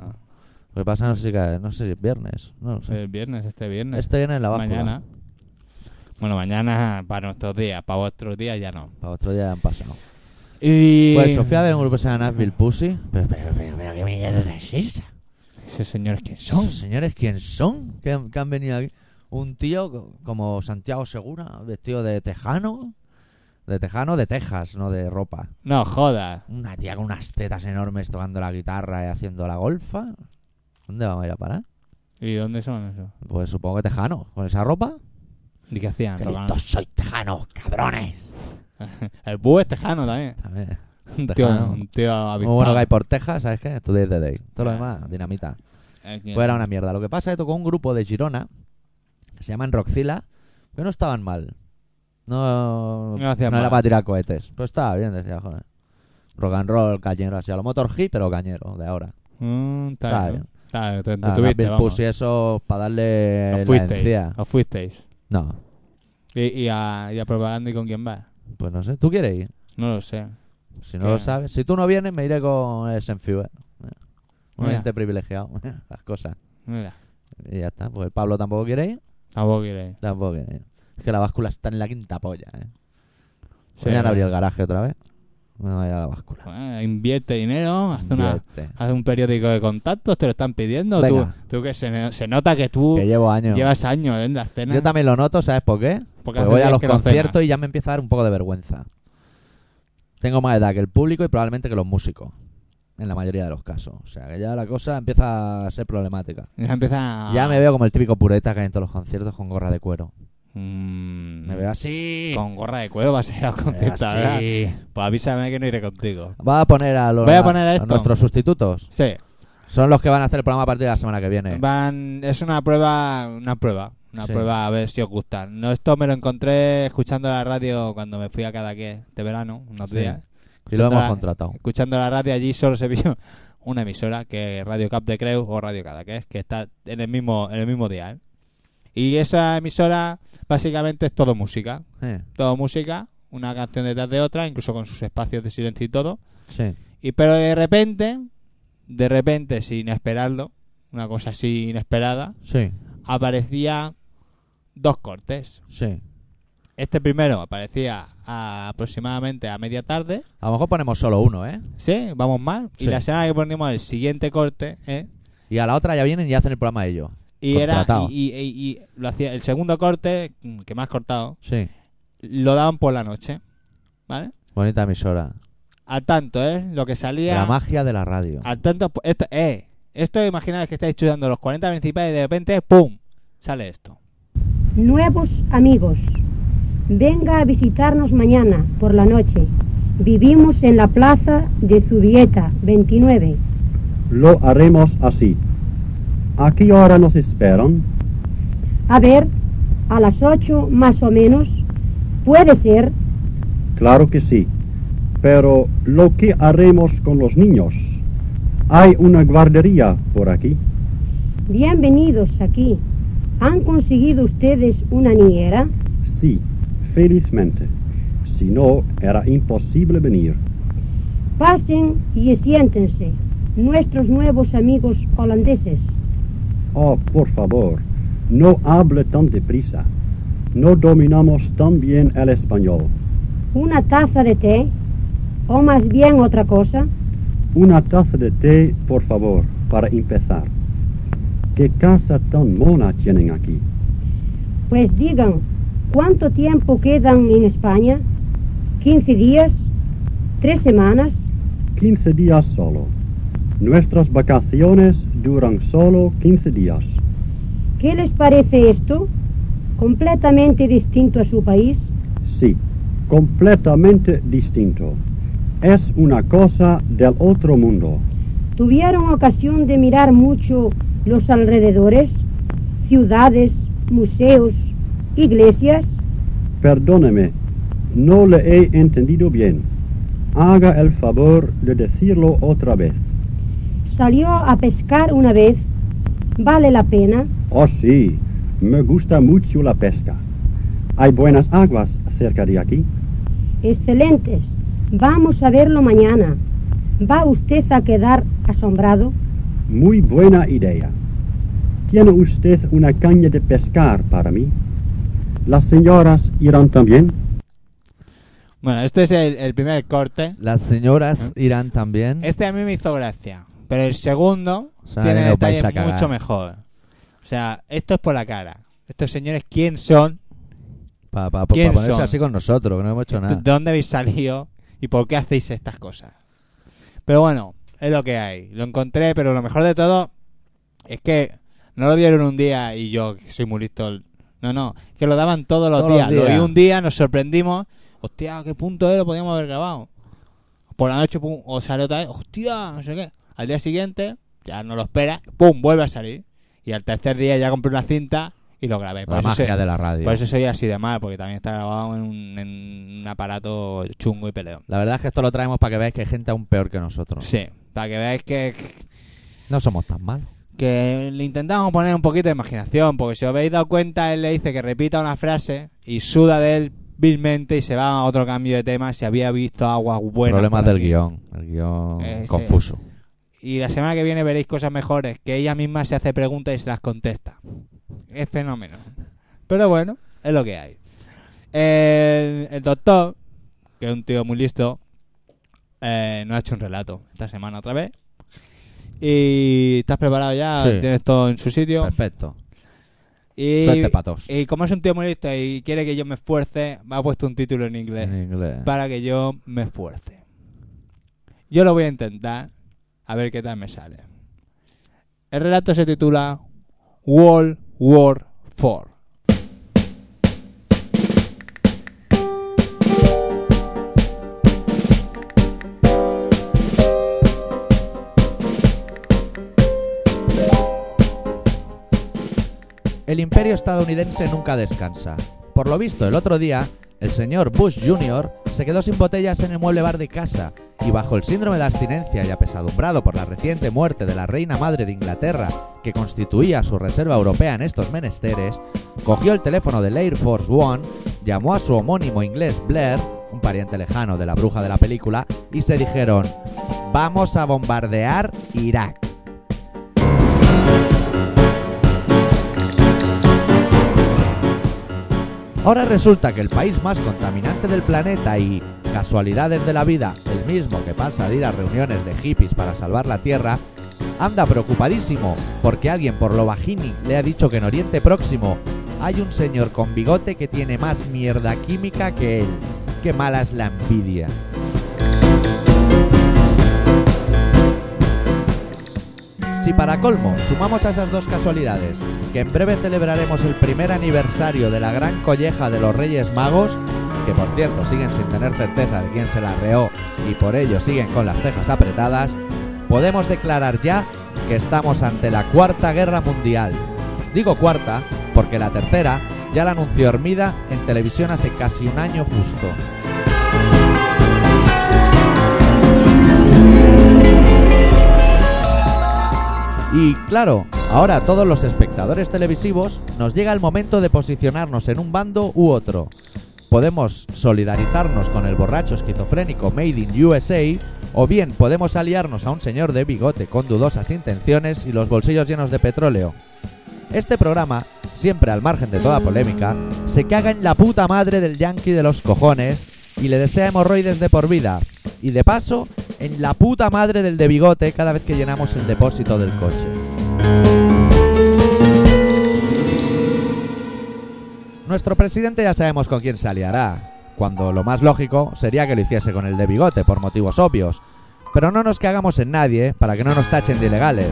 B: Ah.
A: Lo que pasa no sé si cae- no sé si es viernes. No lo sé.
B: El viernes, este viernes.
A: Este viene en la báscula.
B: mañana. Bueno, mañana para nuestros días, para vuestros días ya no.
A: Para otro día han pasado.
B: Y...
A: Pues Sofía de un grupo que se llama Nashville Pussy. Pero, pero, pero,
B: ¿Qué mierda es esa? ¿Esos señores quién son?
A: ¿Esos señores quién son? Que han, que han venido aquí? Un tío co- como Santiago Segura, vestido de tejano. De tejano, de Texas, no de ropa.
B: No, jodas.
A: Una tía con unas tetas enormes tocando la guitarra y haciendo la golfa. ¿Dónde vamos a ir a parar?
B: ¿Y dónde son esos?
A: Pues supongo que tejano. ¿Con esa ropa?
B: ¿Y qué hacían?
A: Que
B: Tocaban-
A: listos soy tejano, cabrones.
B: El búho es tejano también.
A: También.
B: Un tío,
A: Tejano.
B: un tío
A: Muy
B: avispado.
A: bueno que hay por Texas, ¿sabes qué? Today is the day. Todo lo
B: Ah.
A: demás, dinamita.
B: Eh,
A: Pues era una mierda. Lo que pasa es que tocó un grupo de Girona, que se llaman Roxila, que no estaban mal. No,
B: No hacían
A: era
B: mal.
A: para tirar cohetes. Pero estaba bien, decía, joder. Rock and roll, cañero, así a lo motor hip, pero cañero, de ahora.
B: Mm, está
A: Está
B: bien.
A: bien.
B: Está bien, te, te
A: Ah, las
B: tuviste,
A: Bill
B: vamos.
A: Pussy eso para darle
B: Os
A: la
B: fuisteis.
A: encía.
B: Os fuisteis.
A: No,
B: Y, y a, y a propaganda y con quién vas.
A: pues no sé. ¿Tú quieres ir?
B: No lo sé.
A: Si no
B: ¿Qué?
A: lo sabes, si tú no vienes, me iré con el Senfiber. Un
B: Mira.
A: ente privilegiado, [laughs] las cosas.
B: Mira,
A: Y ya está. Pues el Pablo tampoco quiere ir,
B: tampoco quiere ir.
A: tampoco quiere ir. Es que la báscula está en la quinta polla, ¿eh?
B: Sí,
A: Mañana abrí
B: bueno.
A: el garaje otra vez. Me voy a ir a la báscula.
B: [laughs] Bueno, invierte dinero, haz, una,
A: Vete.
B: haz un periódico de contactos, te lo están pidiendo. Tú,
A: Venga.
B: tú que se, se nota que tú
A: Que llevo años.
B: llevas años en la escena.
A: Yo también lo noto, ¿sabes por qué?
B: Porque
A: Porque
B: hace
A: voy a
B: días
A: los
B: que no
A: conciertos y ya me empieza a dar un poco de vergüenza. Tengo más edad que el público y probablemente que los músicos. En la mayoría de los casos. O sea, que ya la cosa empieza a ser problemática.
B: Ya empieza a-
A: Ya me veo como el típico pureta que hay en todos los conciertos con gorra de cuero.
B: Mm,
A: Me veo Eh, así.
B: Con gorra de cuero vas a ir a un [laughs]
A: me veo
B: concierto, ¿verdad?
A: así.
B: Pues avísame que no iré contigo.
A: Va a poner a los
B: Voy a poner esto.
A: nuestros sustitutos.
B: Sí,
A: Son los que van a hacer el programa a partir de la semana que viene.
B: van, es una prueba, una prueba, una
A: Sí.
B: prueba a ver si os gustan. No, esto me lo encontré escuchando la radio cuando me fui a Cadaqués de verano, unos
A: Sí.
B: días.
A: y lo
B: escuchando
A: hemos
B: la-
A: contratado.
B: Escuchando la radio allí solo se vio [laughs] una emisora que es Radio Cap de Creus o Radio Cadaqués, que está en el mismo, en el mismo dial. Y esa emisora básicamente es todo música,
A: Eh,
B: todo música, una canción detrás de otra, incluso con sus espacios de silencio y todo.
A: sí.
B: Y pero de repente, de repente, sin esperarlo, una cosa así inesperada,
A: Sí.
B: aparecía dos cortes.
A: Sí.
B: Este primero aparecía a- aproximadamente a media tarde,
A: A lo mejor ponemos solo uno, ¿eh?
B: sí, vamos mal. Y
A: Sí.
B: la semana que ponemos el siguiente corte, ¿eh?
A: Y a la otra ya vienen y hacen el programa ellos.
B: y era
A: Contratado.
B: y, y- y- y lo hacía el segundo corte mm, que más cortado,
A: Sí.
B: lo daban por la noche, ¿vale?
A: Bonita emisora.
B: Al tanto, ¿eh? Lo que salía.
A: La magia de la radio.
B: Al tanto, pu- esto, eh, esto imaginaos que estáis estudiando los 40 principales y de repente, ¡pum! Sale esto.
E: Nuevos amigos, venga a visitarnos mañana por la noche. Vivimos en la plaza de Zubieta 29.
F: Lo haremos así. ¿A qué hora nos esperan?
E: A ver, a las 8 más o menos. Puede ser,
F: Claro que sí. Pero lo que haremos con los niños. Hay una guardería por aquí.
E: bienvenidos aquí. ¿Han conseguido ustedes una niñera?
F: Sí, felizmente. Si no, era imposible venir.
E: Pasen y siéntense, nuestros nuevos amigos holandeses.
F: Oh, por favor, no hable tan deprisa. No dominamos tan bien el español.
E: Una taza de té, o más bien otra cosa.
F: Una taza de té, por favor, para empezar. ¿Qué casa tan mona tienen aquí?
E: Pues digan, ¿cuánto tiempo quedan en España? ¿15 días? ¿Tres semanas?
F: 15 días solo. Nuestras vacaciones duran solo 15 días.
E: ¿Qué les parece esto? Completamente distinto a su país.
F: Sí, completamente distinto. Es una cosa del otro mundo.
E: ¿Tuvieron ocasión de mirar mucho los alrededores? Ciudades, museos, iglesias.
F: Perdóneme, no le he entendido bien. Haga el favor de decirlo otra vez.
E: Salió a pescar una vez. Vale la pena.
F: Oh sí, me gusta mucho la pesca. Hay buenas aguas cerca de aquí.
E: Excelentes. Vamos a verlo mañana. ¿Va usted a quedar asombrado?
F: Muy buena idea. ¿Tiene usted una caña de pescar para mí? ¿Las señoras irán también?
B: Bueno, este es el, el primer corte.
A: Las señoras
B: ¿Eh?
A: irán también.
B: Este a mí me hizo gracia, pero el segundo
A: O sea,
B: tiene
A: ahí nos vais
B: detalles
A: a cagar.
B: mucho mejor. O sea, esto es por la cara. Estos señores, ¿quién son?
A: Para
B: ¿Quién
A: ponerse
B: son? Eh,
A: así con nosotros, que no hemos hecho
B: ¿De
A: nada.
B: dónde habéis salido? ¿Y por qué hacéis estas cosas? Pero bueno, es lo que hay. Lo encontré, pero lo mejor de todo es que no lo dieron un día y yo, que soy muy listo. No, no, que lo daban todos los
A: Todos los
B: días. Lo
A: días.
B: vi un día, nos sorprendimos. Hostia, ¿a qué punto eh, lo podíamos haber grabado. Por la noche, pum, o sale otra vez. Hostia, no sé qué. Al día siguiente, ya no lo espera, ¡pum! vuelve a salir. Y al tercer día ya compré una cinta y lo grabé. Por
A: La
B: eso
A: magia
B: soy-
A: de la radio.
B: Por eso soy así de mal, porque también está grabado en un, en un aparato chungo y peleón.
A: La verdad es que esto lo traemos para que veáis que hay gente aún peor que nosotros.
B: Sí, para que veáis que,
A: No somos tan malos.
B: que le intentamos poner un poquito de imaginación, porque si os habéis dado cuenta, él le dice que repita una frase y suda de él vilmente y se va a otro cambio de tema si había visto aguas buenas.
A: Problemas
B: por
A: del
B: aquí.
A: guión. El guión
B: Eh, sí.
A: confuso.
B: Y la semana que viene veréis cosas mejores, que ella misma se hace preguntas y se las contesta. Es fenómeno. Pero bueno, es lo que hay. El, el doctor, que es un tío muy listo, eh, nos ha hecho un relato esta semana otra vez. ¿Y estás preparado ya?
A: Sí.
B: ¿Tienes todo en su sitio?
A: Perfecto.
B: Y,
A: Suerte, patos.
B: y como es un tío muy listo y quiere que yo me esfuerce, me ha puesto un título en inglés
A: En inglés.
B: para que yo me esfuerce. Yo lo voy a intentar, a ver qué tal me sale. El relato se titula World War 4.
A: El imperio estadounidense nunca descansa. Por lo visto, el otro día, el señor Bush Jr. se quedó sin botellas en el mueble bar de casa y bajo el síndrome de abstinencia y apesadumbrado por la reciente muerte de la reina madre de Inglaterra, que constituía su reserva europea en estos menesteres, cogió el teléfono del Air Force One, llamó a su homónimo inglés Blair, un pariente lejano de la bruja de la película, y se dijeron, vamos a bombardear Irak. Ahora resulta que el país más contaminante del planeta y, casualidades de la vida, el mismo que pasa de ir a reuniones de hippies para salvar la Tierra, anda preocupadísimo porque alguien por lo bajini le ha dicho que en Oriente Próximo hay un señor con bigote que tiene más mierda química que él. Qué mala es la envidia. Si para colmo sumamos a esas dos casualidades que en breve celebraremos el primer aniversario de la gran colleja de los Reyes Magos, que por cierto siguen sin tener certeza de quién se la reó y por ello siguen con las cejas apretadas, podemos declarar ya que estamos ante la Cuarta Guerra Mundial. Digo cuarta porque la tercera ya la anunció Hermida en televisión hace casi un año justo. Y claro, ahora a todos los espectadores televisivos nos llega el momento de posicionarnos en un bando u otro. Podemos solidarizarnos con el borracho esquizofrénico Made in USA o bien podemos aliarnos a un señor de bigote con dudosas intenciones y los bolsillos llenos de petróleo. Este programa, siempre al margen de toda polémica, se caga en la puta madre del yankee de los cojones y le desea hemorroides de por vida. Y de paso, en la puta madre del de bigote cada vez que llenamos el depósito del coche. Nuestro presidente ya sabemos con quién se aliará, cuando lo más lógico sería que lo hiciese con el de bigote por motivos obvios. Pero no nos cagamos en nadie para que no nos tachen de ilegales.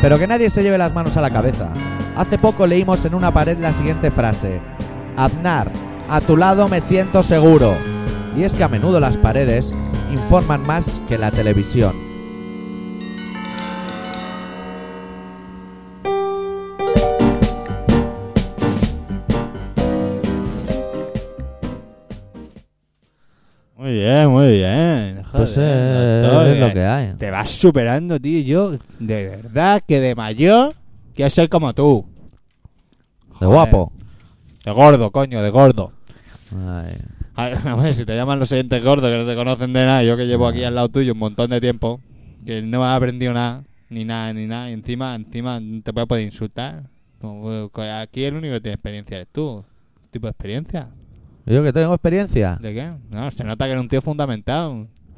A: Pero que nadie se lleve las manos a la cabeza. Hace poco leímos en una pared la siguiente frase. Aznar, a tu lado me siento seguro. Y es que a menudo las paredes informan más que la televisión.
B: Muy bien, muy bien. Joder, doctor, eh, que
A: hay.
B: Te vas superando, tío. Yo, de verdad, que de mayor, yo soy como tú.
A: De
B: Joder.
A: guapo.
B: De gordo, coño, de gordo.
A: Ay,
B: A ver, [laughs] a ver, si te llaman los siguientes gordos que no te conocen de nada, yo que llevo aquí al lado tuyo un montón de tiempo, que no has aprendido nada, ni nada, ni nada, y encima, encima te voy a poder insultar. Como, eh, Aquí el único que tiene experiencia eres tú. ¿Tipo de experiencia?
A: Yo que tengo experiencia.
B: ¿De qué? No, se nota que eres un tío fundamentado.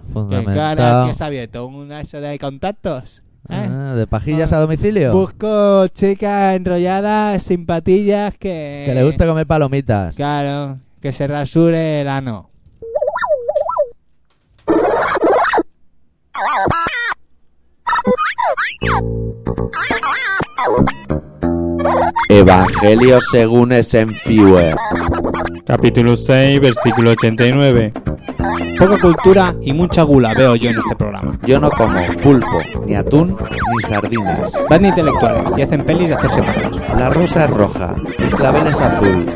B: ¿Qué cara
A: Fundamental.
B: que sabía? ¿Todo un eso de contactos? ¿Eh?
A: Ah, de pajillas
B: Ah.
A: a domicilio.
B: Busco chicas enrolladas, simpatillas, que...
A: Que le gusta comer palomitas.
B: Claro, que se rasure el ano.
A: Evangelio según es en Fewer.
G: Capítulo 6, versículo 89.
B: Poca cultura y mucha gula veo yo en este programa.
A: Yo no como pulpo, ni atún, ni sardinas.
B: Van de intelectuales y hacen pelis de hacerse malos.
A: La rosa es roja, el clavel es azul.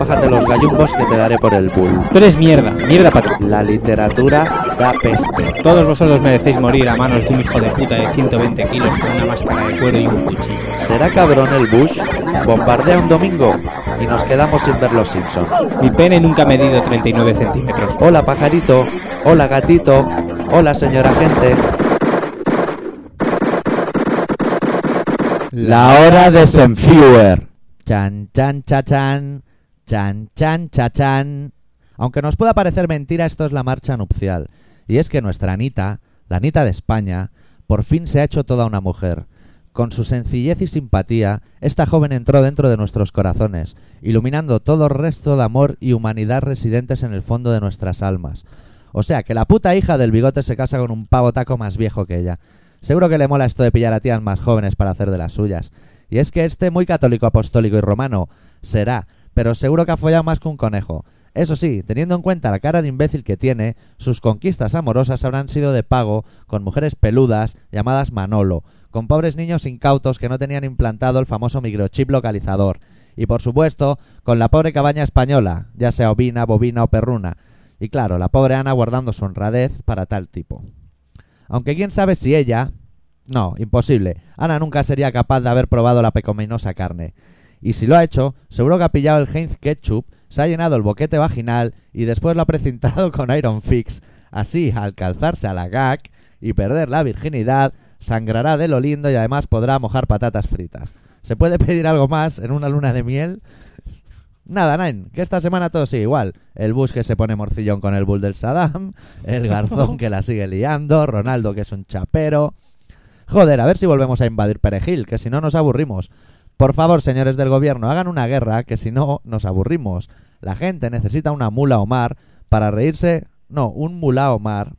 A: Bájate los gallumbos que te daré por el bull.
B: Tú eres mierda, mierda para ti.
A: La literatura da peste.
B: Todos vosotros merecéis morir a manos de un hijo de puta de 120 kilos con una máscara de cuero y un cuchillo.
A: ¿Será cabrón el Bush? Bombardea un domingo y nos quedamos sin ver los Simpsons.
B: Mi pene nunca ha medido 39 centímetros.
A: Hola pajarito, hola gatito, hola señora gente. La hora de Senfuer. Chan, chan, cha, chan. Chan, chan, cha, chan. Aunque nos pueda parecer mentira, esto es la marcha nupcial. Y es que nuestra Anita, la Anita de España, por fin se ha hecho toda una mujer. Con su sencillez y simpatía, esta joven entró dentro de nuestros corazones, iluminando todo el resto de amor y humanidad residentes en el fondo de nuestras almas. O sea, que la puta hija del bigote se casa con un pavo taco más viejo que ella. Seguro que le mola esto de pillar a tías más jóvenes para hacer de las suyas. Y es que este muy católico, apostólico y romano será, pero seguro que ha follado más que un conejo. Eso sí, teniendo en cuenta la cara de imbécil que tiene, sus conquistas amorosas habrán sido de pago con mujeres peludas llamadas Manolo, con pobres niños incautos que no tenían implantado el famoso microchip localizador, y por supuesto con la pobre cabaña española, ya sea ovina, bovina o perruna, y claro, la pobre Ana guardando su honradez para tal tipo. Aunque quién sabe si ella... No, imposible. Ana nunca sería capaz de haber probado la pecaminosa carne. Y si lo ha hecho, seguro que ha pillado el Heinz Ketchup, se ha llenado el boquete vaginal y después lo ha precintado [laughs] con Iron Fix. Así, al calzarse a la gag y perder la virginidad, sangrará de lo lindo y además podrá mojar patatas fritas. ¿Se puede [laughs] pedir algo más en una luna de miel? Nada, Nain, que esta semana todo sigue igual. El Bush que se pone morcillón con el Bull del Saddam, el Garzón que la sigue liando, Ronaldo que es un chapero. Joder, a ver si volvemos a invadir Perejil, que si no nos aburrimos. Por favor, señores del gobierno, hagan una guerra, que si no nos aburrimos. La gente necesita una mula Omar para reírse... No, un mula Omar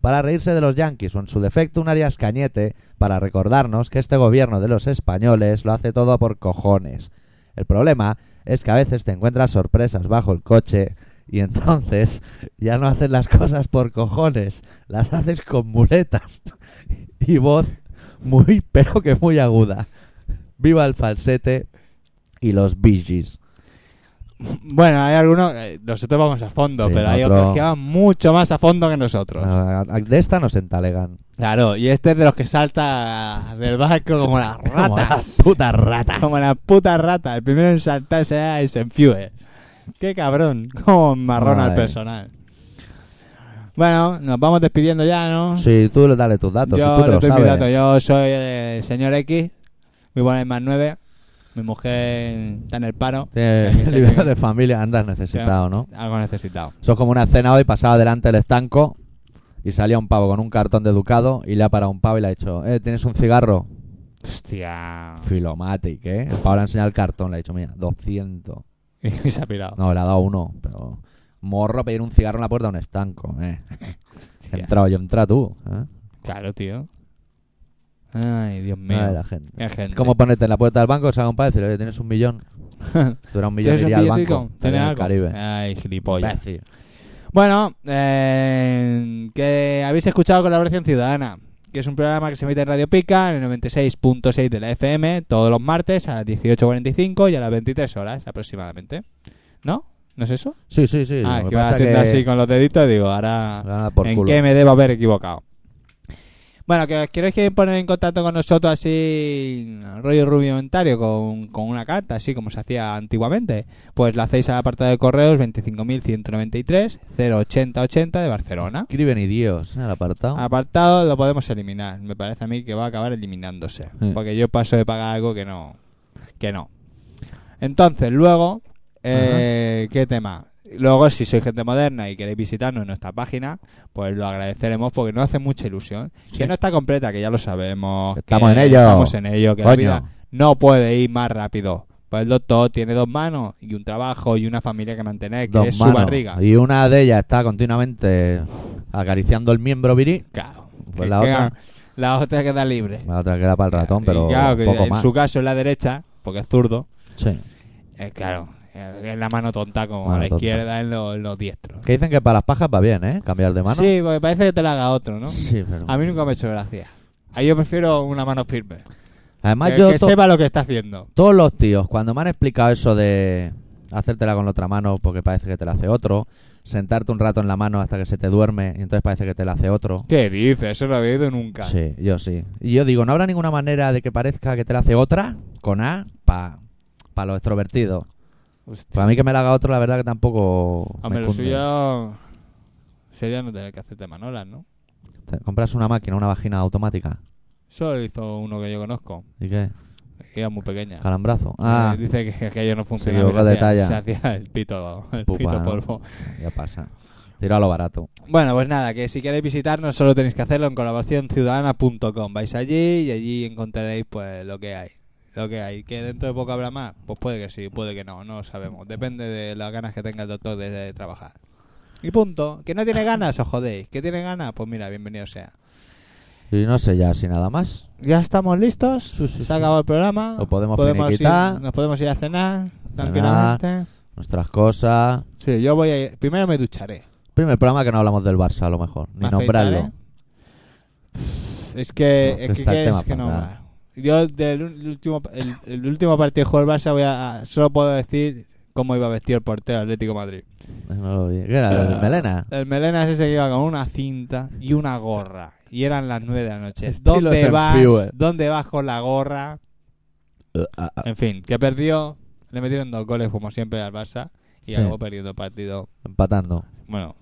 A: para reírse de los yanquis o en su defecto un Arias Cañete para recordarnos que este gobierno de los españoles lo hace todo por cojones. El problema es que a veces te encuentras sorpresas bajo el coche y entonces [laughs] ya no haces las cosas por cojones, las haces con muletas [laughs] y voz muy pero que muy aguda. Viva el falsete y los bigis.
B: Bueno, hay algunos, eh, nosotros vamos a fondo,
A: Sí,
B: pero hay
A: otro-
B: otros que van mucho más a fondo que nosotros.
A: Ah, De esta nos entalegan.
B: Claro, y este es de los que salta del barco como las
A: [laughs] Como las
B: ratas.
A: putas ratas.
B: Como la puta rata. El primero en saltar será Eisenfuer. Qué cabrón. [laughs] Como marrona al
A: Madre.
B: personal. Bueno, nos vamos despidiendo ya, ¿no?
A: Sí, tú le dale tus datos. si
B: Yo
A: tú te
B: le
A: lo
B: doy mis
A: sabes.
B: datos. Yo soy el señor X. Mi buena es más 9. Mi mujer está en el paro.
A: Tiene
B: o sea que sé
A: libro
B: que-
A: de familia, andas necesitado, ¿no?
B: Algo necesitado.
A: Eso es como una escena hoy, pasaba delante del estanco y salía un pavo con un cartón de ducado y le ha parado un pavo y le ha dicho, eh, ¿tienes un cigarro?
B: Hostia. [laughs]
A: Filomatic, ¿eh? El pavo le ha enseñado el cartón, le ha dicho, mira, 200.
B: Y se ha pirado.
A: No, le ha dado uno, pero... Morro pedir un cigarro en la puerta de un estanco, ¿eh? Entrado yo, entra tú, ¿eh?
B: Claro, tío. Ay, Dios mío.
A: Ay, la gente.
B: Qué gente.
A: ¿Cómo ponerte en la puerta del banco? Salga un pavo y decirle, oye, ¿tienes
B: [laughs]
A: un millón? Tú eras un millón,
B: ¿Tienes un
A: iría al
B: billetico?
A: banco.
B: ¿Tienes
A: en el
B: algo? Eh,
A: Caribe.
B: Ay, gilipollas.
A: Imbécil.
B: Bueno, eh, que habéis escuchado Colaboración Ciudadana, que es un programa que se emite en Radio Pica, en el 96.6 de la FM, todos los martes a las 18.45 y a las 23 horas aproximadamente. ¿No? ¿No es eso?
A: Sí, sí, sí.
B: ah,
A: Lo
B: es
A: que
B: que va
A: pasa
B: haciendo
A: que-
B: así con los deditos y digo, ahora...
A: Ah, por
B: ¿En
A: culo.
B: qué me debo haber equivocado? Bueno, que os queréis que poner en contacto con nosotros así, rollo rudimentario, con, con una carta, así como se hacía antiguamente, pues la hacéis al apartado de correos 25.193-08080 de Barcelona.
A: Escribe ni Dios en el ¿eh? apartado.
B: Ah, Apartado lo podemos eliminar, me parece a mí que va a acabar eliminándose,
A: Sí.
B: porque yo paso de pagar algo que no. que no. Entonces, luego, eh, ¿qué tema? Luego, si sois gente moderna y queréis visitarnos en nuestra página, pues lo agradeceremos porque nos hace mucha ilusión. Que no está completa, que ya lo sabemos. que
A: Estamos en ello.
B: Estamos en ello, que la
A: Coño.
B: vida no puede ir más rápido. Pues el doctor tiene dos manos y un trabajo y una familia que mantener, que
A: Dos
B: es su
A: manos.
B: barriga.
A: Y una de ellas está continuamente acariciando el miembro viril.
B: Claro.
A: Pues
B: que-
A: la
B: que-
A: otra.
B: la otra queda libre.
A: La otra queda para el ratón,
B: Y
A: pero
B: claro, que
A: poco
B: en
A: más.
B: su caso es la derecha, porque es zurdo.
A: Sí.
B: Eh, claro, En la mano tonta, como
A: Mano
B: a la
A: tonta.
B: izquierda, en, lo- en los diestros.
A: Que dicen que para las pajas va bien, ¿eh? Cambiar de mano.
B: Sí, porque parece que te la haga otro, ¿no?
A: Sí, pero...
B: A mí nunca me ha hecho gracia. Ahí yo prefiero una mano firme.
A: Además,
B: que
A: yo
B: que
A: to-
B: sepa lo que está haciendo.
A: todos los tíos, cuando me han explicado eso de hacértela con la otra mano porque parece que te la hace otro, sentarte un rato en la mano hasta que se te duerme y entonces parece que te la hace otro.
B: ¿Qué dices? Eso no lo había oído nunca.
A: Sí, yo sí. Y yo digo, ¿no habrá ninguna manera de que parezca que te la hace otra con A para pa los extrovertidos?
B: Hostia.
A: Para mí que me la haga otro, la verdad que tampoco... me
B: Hombre, lo
A: cunde.
B: suyo sería no tener que hacerte manolas, ¿no?
A: Te compras una máquina, una vagina automática.
B: Eso lo hizo uno que yo conozco,
A: ¿Y qué?
B: que era muy pequeña.
A: Calambrazo. Ah,
B: Eh, Dice que que aquello no funcionaba.
A: equivocó
B: que
A: de
B: hacía-
A: talla.
B: Se hacía el pito, el
A: Pupa,
B: pito
A: ¿no?
B: polvo.
A: ya pasa. Tiro a lo barato.
B: Bueno, pues nada, que si queréis visitarnos solo tenéis que hacerlo en colaboracionciudadana.com. Vais allí y allí encontraréis pues lo que hay. Lo que hay. ¿Que dentro de poco habrá más? Pues puede que sí, puede que no, no lo sabemos. Depende de las ganas que tenga el doctor de, de trabajar. Y punto. ¿Que no tiene ganas? Os jodéis. ¿Que tiene ganas? Pues mira, bienvenido sea.
A: Y no sé ya si nada más.
B: Ya estamos listos.
A: sí,
B: Se ha acabado el programa.
A: Lo podemos
B: ir,
A: finiquitar.
B: Nos podemos ir a cenar tranquilamente.
A: Nuestras cosas.
B: Sí, yo voy a ir. Primero me ducharé.
A: Primer programa que no hablamos del Barça, a lo mejor. Ni
B: Me
A: nombrarlo.
B: afeitaré. eh? Es que,
A: No,
B: es
A: que
B: que,
A: está el
B: que
A: tema
B: es que no.
A: fatal.
B: Yo del un- el último, el, el último partido que jugó el Barça voy a, solo puedo decir cómo iba vestido el portero del Atlético de Madrid.
A: No lo vi. ¿Qué era?
B: Ah.
A: ¿El Melena?
B: El Melena ese que iba con una cinta y una gorra. Y eran las 9 de la noche.
A: Estilo
B: ¿Dónde
A: Sam
B: vas?
A: Fewer.
B: ¿Dónde vas con la gorra?
A: Uh,
B: En fin, que perdió. Le metieron dos goles como siempre al Barça. Y
A: Sí.
B: acabó perdiendo el partido.
A: Empatando.
B: Bueno,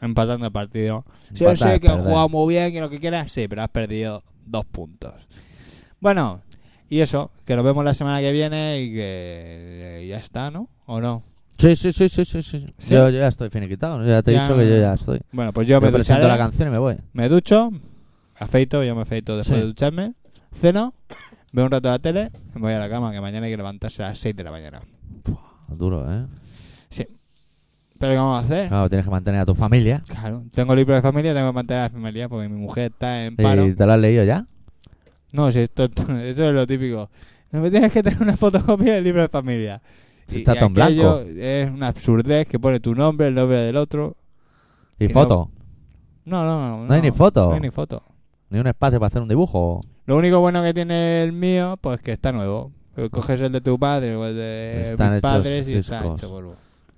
B: empatando el partido. Sí,
A: Empatar
B: sí,
A: es
B: que han
A: perder.
B: jugado muy bien, que lo que quieras, sí, pero has perdido dos puntos. Bueno, y eso, que nos vemos la semana que viene y que eh, ya está, ¿no? ¿O no?
A: Sí, sí, sí, sí, sí. sí.
B: ¿Sí?
A: Yo, yo ya estoy finiquitado. Yo ya te he
B: Ya.
A: dicho que yo ya estoy.
B: Bueno, pues yo me
A: Yo presento
B: ducharé,
A: la canción y me voy.
B: me ducho, me afeito, yo me afeito después
A: Sí.
B: de ducharme, ceno, veo un rato la tele, me voy a la cama, que mañana hay que levantarse a las 6 de la mañana.
A: Duro, ¿eh?
B: Sí. ¿Pero qué vamos a hacer?
A: Claro, tienes que mantener a tu familia.
B: Claro, tengo libro de familia, tengo que mantener a la familia porque mi mujer está en paro.
A: ¿Y te lo has leído ya?
B: No, si esto, [laughs] eso es lo típico. No me tienes que tener una fotocopia del libro de familia.
A: Si está todo en
B: aquello
A: blanco.
B: Es una absurdez que pone tu nombre, el nombre del otro.
A: ¿Y
B: Que no-
A: foto?
B: No, no, no.
A: No hay ni foto.
B: No hay ni foto.
A: ¿Ni un espacio para hacer un dibujo?
B: Lo único bueno que tiene el mío, pues que está nuevo. Eh, Coges el de tu padre o el de
A: Están
B: mis
A: hechos
B: padres y está
A: discos.
B: hecho polvo.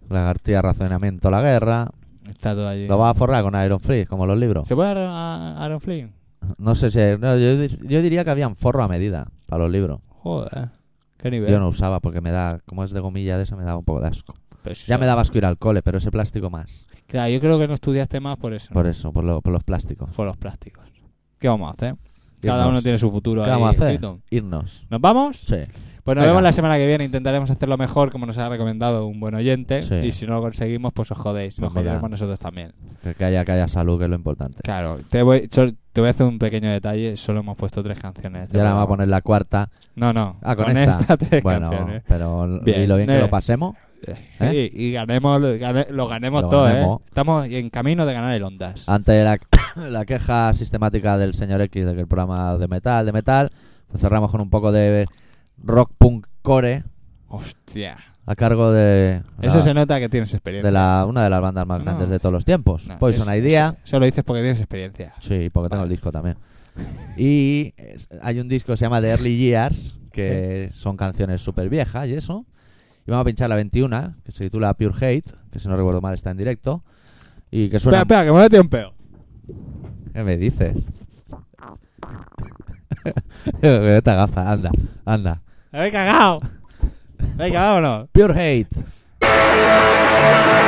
A: Lagartía, razonamiento, la guerra.
B: Está todo allí.
A: Lo vas a forrar con Iron Free, como los libros.
B: ¿Se puede a Aaron Flynn?
A: No sé si hay- no, yo, di- yo diría que habían forro a medida para los libros.
B: Joder. Qué nivel.
A: Yo no usaba porque me da, como es de gomilla de esa, me daba un poco de asco.
B: Pues
A: Ya
B: eso.
A: me daba asco ir al cole, pero ese plástico más.
B: Claro, yo creo que no estudiaste más por eso.
A: Por
B: ¿no?
A: eso, por, lo- por los plásticos.
B: Por los plásticos. ¿Qué vamos a hacer? Cada
A: Irnos.
B: uno tiene su futuro
A: ¿Qué
B: ahí
A: vamos a hacer?
B: escrito.
A: Irnos.
B: ¿Nos vamos?
A: Sí.
B: Pues nos
A: Venga.
B: vemos la semana que viene. Intentaremos hacerlo mejor, como nos ha recomendado un buen oyente.
A: Sí.
B: Y si no lo conseguimos, pues os jodéis. Nos
A: Pues mira.
B: joderemos nosotros también.
A: Que, que haya, que haya salud, que es lo importante.
B: Claro, te voy, so- te voy a hacer un pequeño detalle. Solo hemos puesto tres canciones.
A: Y ahora vamos a poner la cuarta.
B: No, no.
A: Ah, con,
B: esta. [laughs] tres
A: bueno,
B: canciones.
A: pero l-
B: Bien.
A: y lo bien que
B: Eh.
A: lo pasemos. ¿eh?
B: Y, y ganemos, lo, gane- lo ganemos
A: Lo
B: todo,
A: ganemos. Ah.
B: ¿eh? Estamos en camino de ganar el Ondas.
A: Ante la, [coughs] la queja sistemática del señor X de que el programa de metal, de metal, pues cerramos con un poco de rock punk core
B: Hostia.
A: a cargo de
B: Eso
A: la-
B: se nota que tienes experiencia.
A: Ah. de la, una de las bandas más
B: No,
A: grandes de todos los tiempos.
B: No,
A: Poison
B: eso-
A: Idea.
B: eso- Eso lo dices porque tienes experiencia.
A: Sí, porque tengo
B: Vale.
A: el disco también. Y es- hay un disco que se llama The Early Years, que son canciones súper viejas y eso. Y vamos a pinchar la 21, que se titula Pure Hate, que si no recuerdo mal está en directo. Y que
B: Espera,
A: suena...
B: espera, que me mete un peo.
A: ¿Qué me dices? [laughs] Esta gafa, anda, anda. [laughs]
B: Me he cagado. Venga, vámonos.
A: Pure Hate.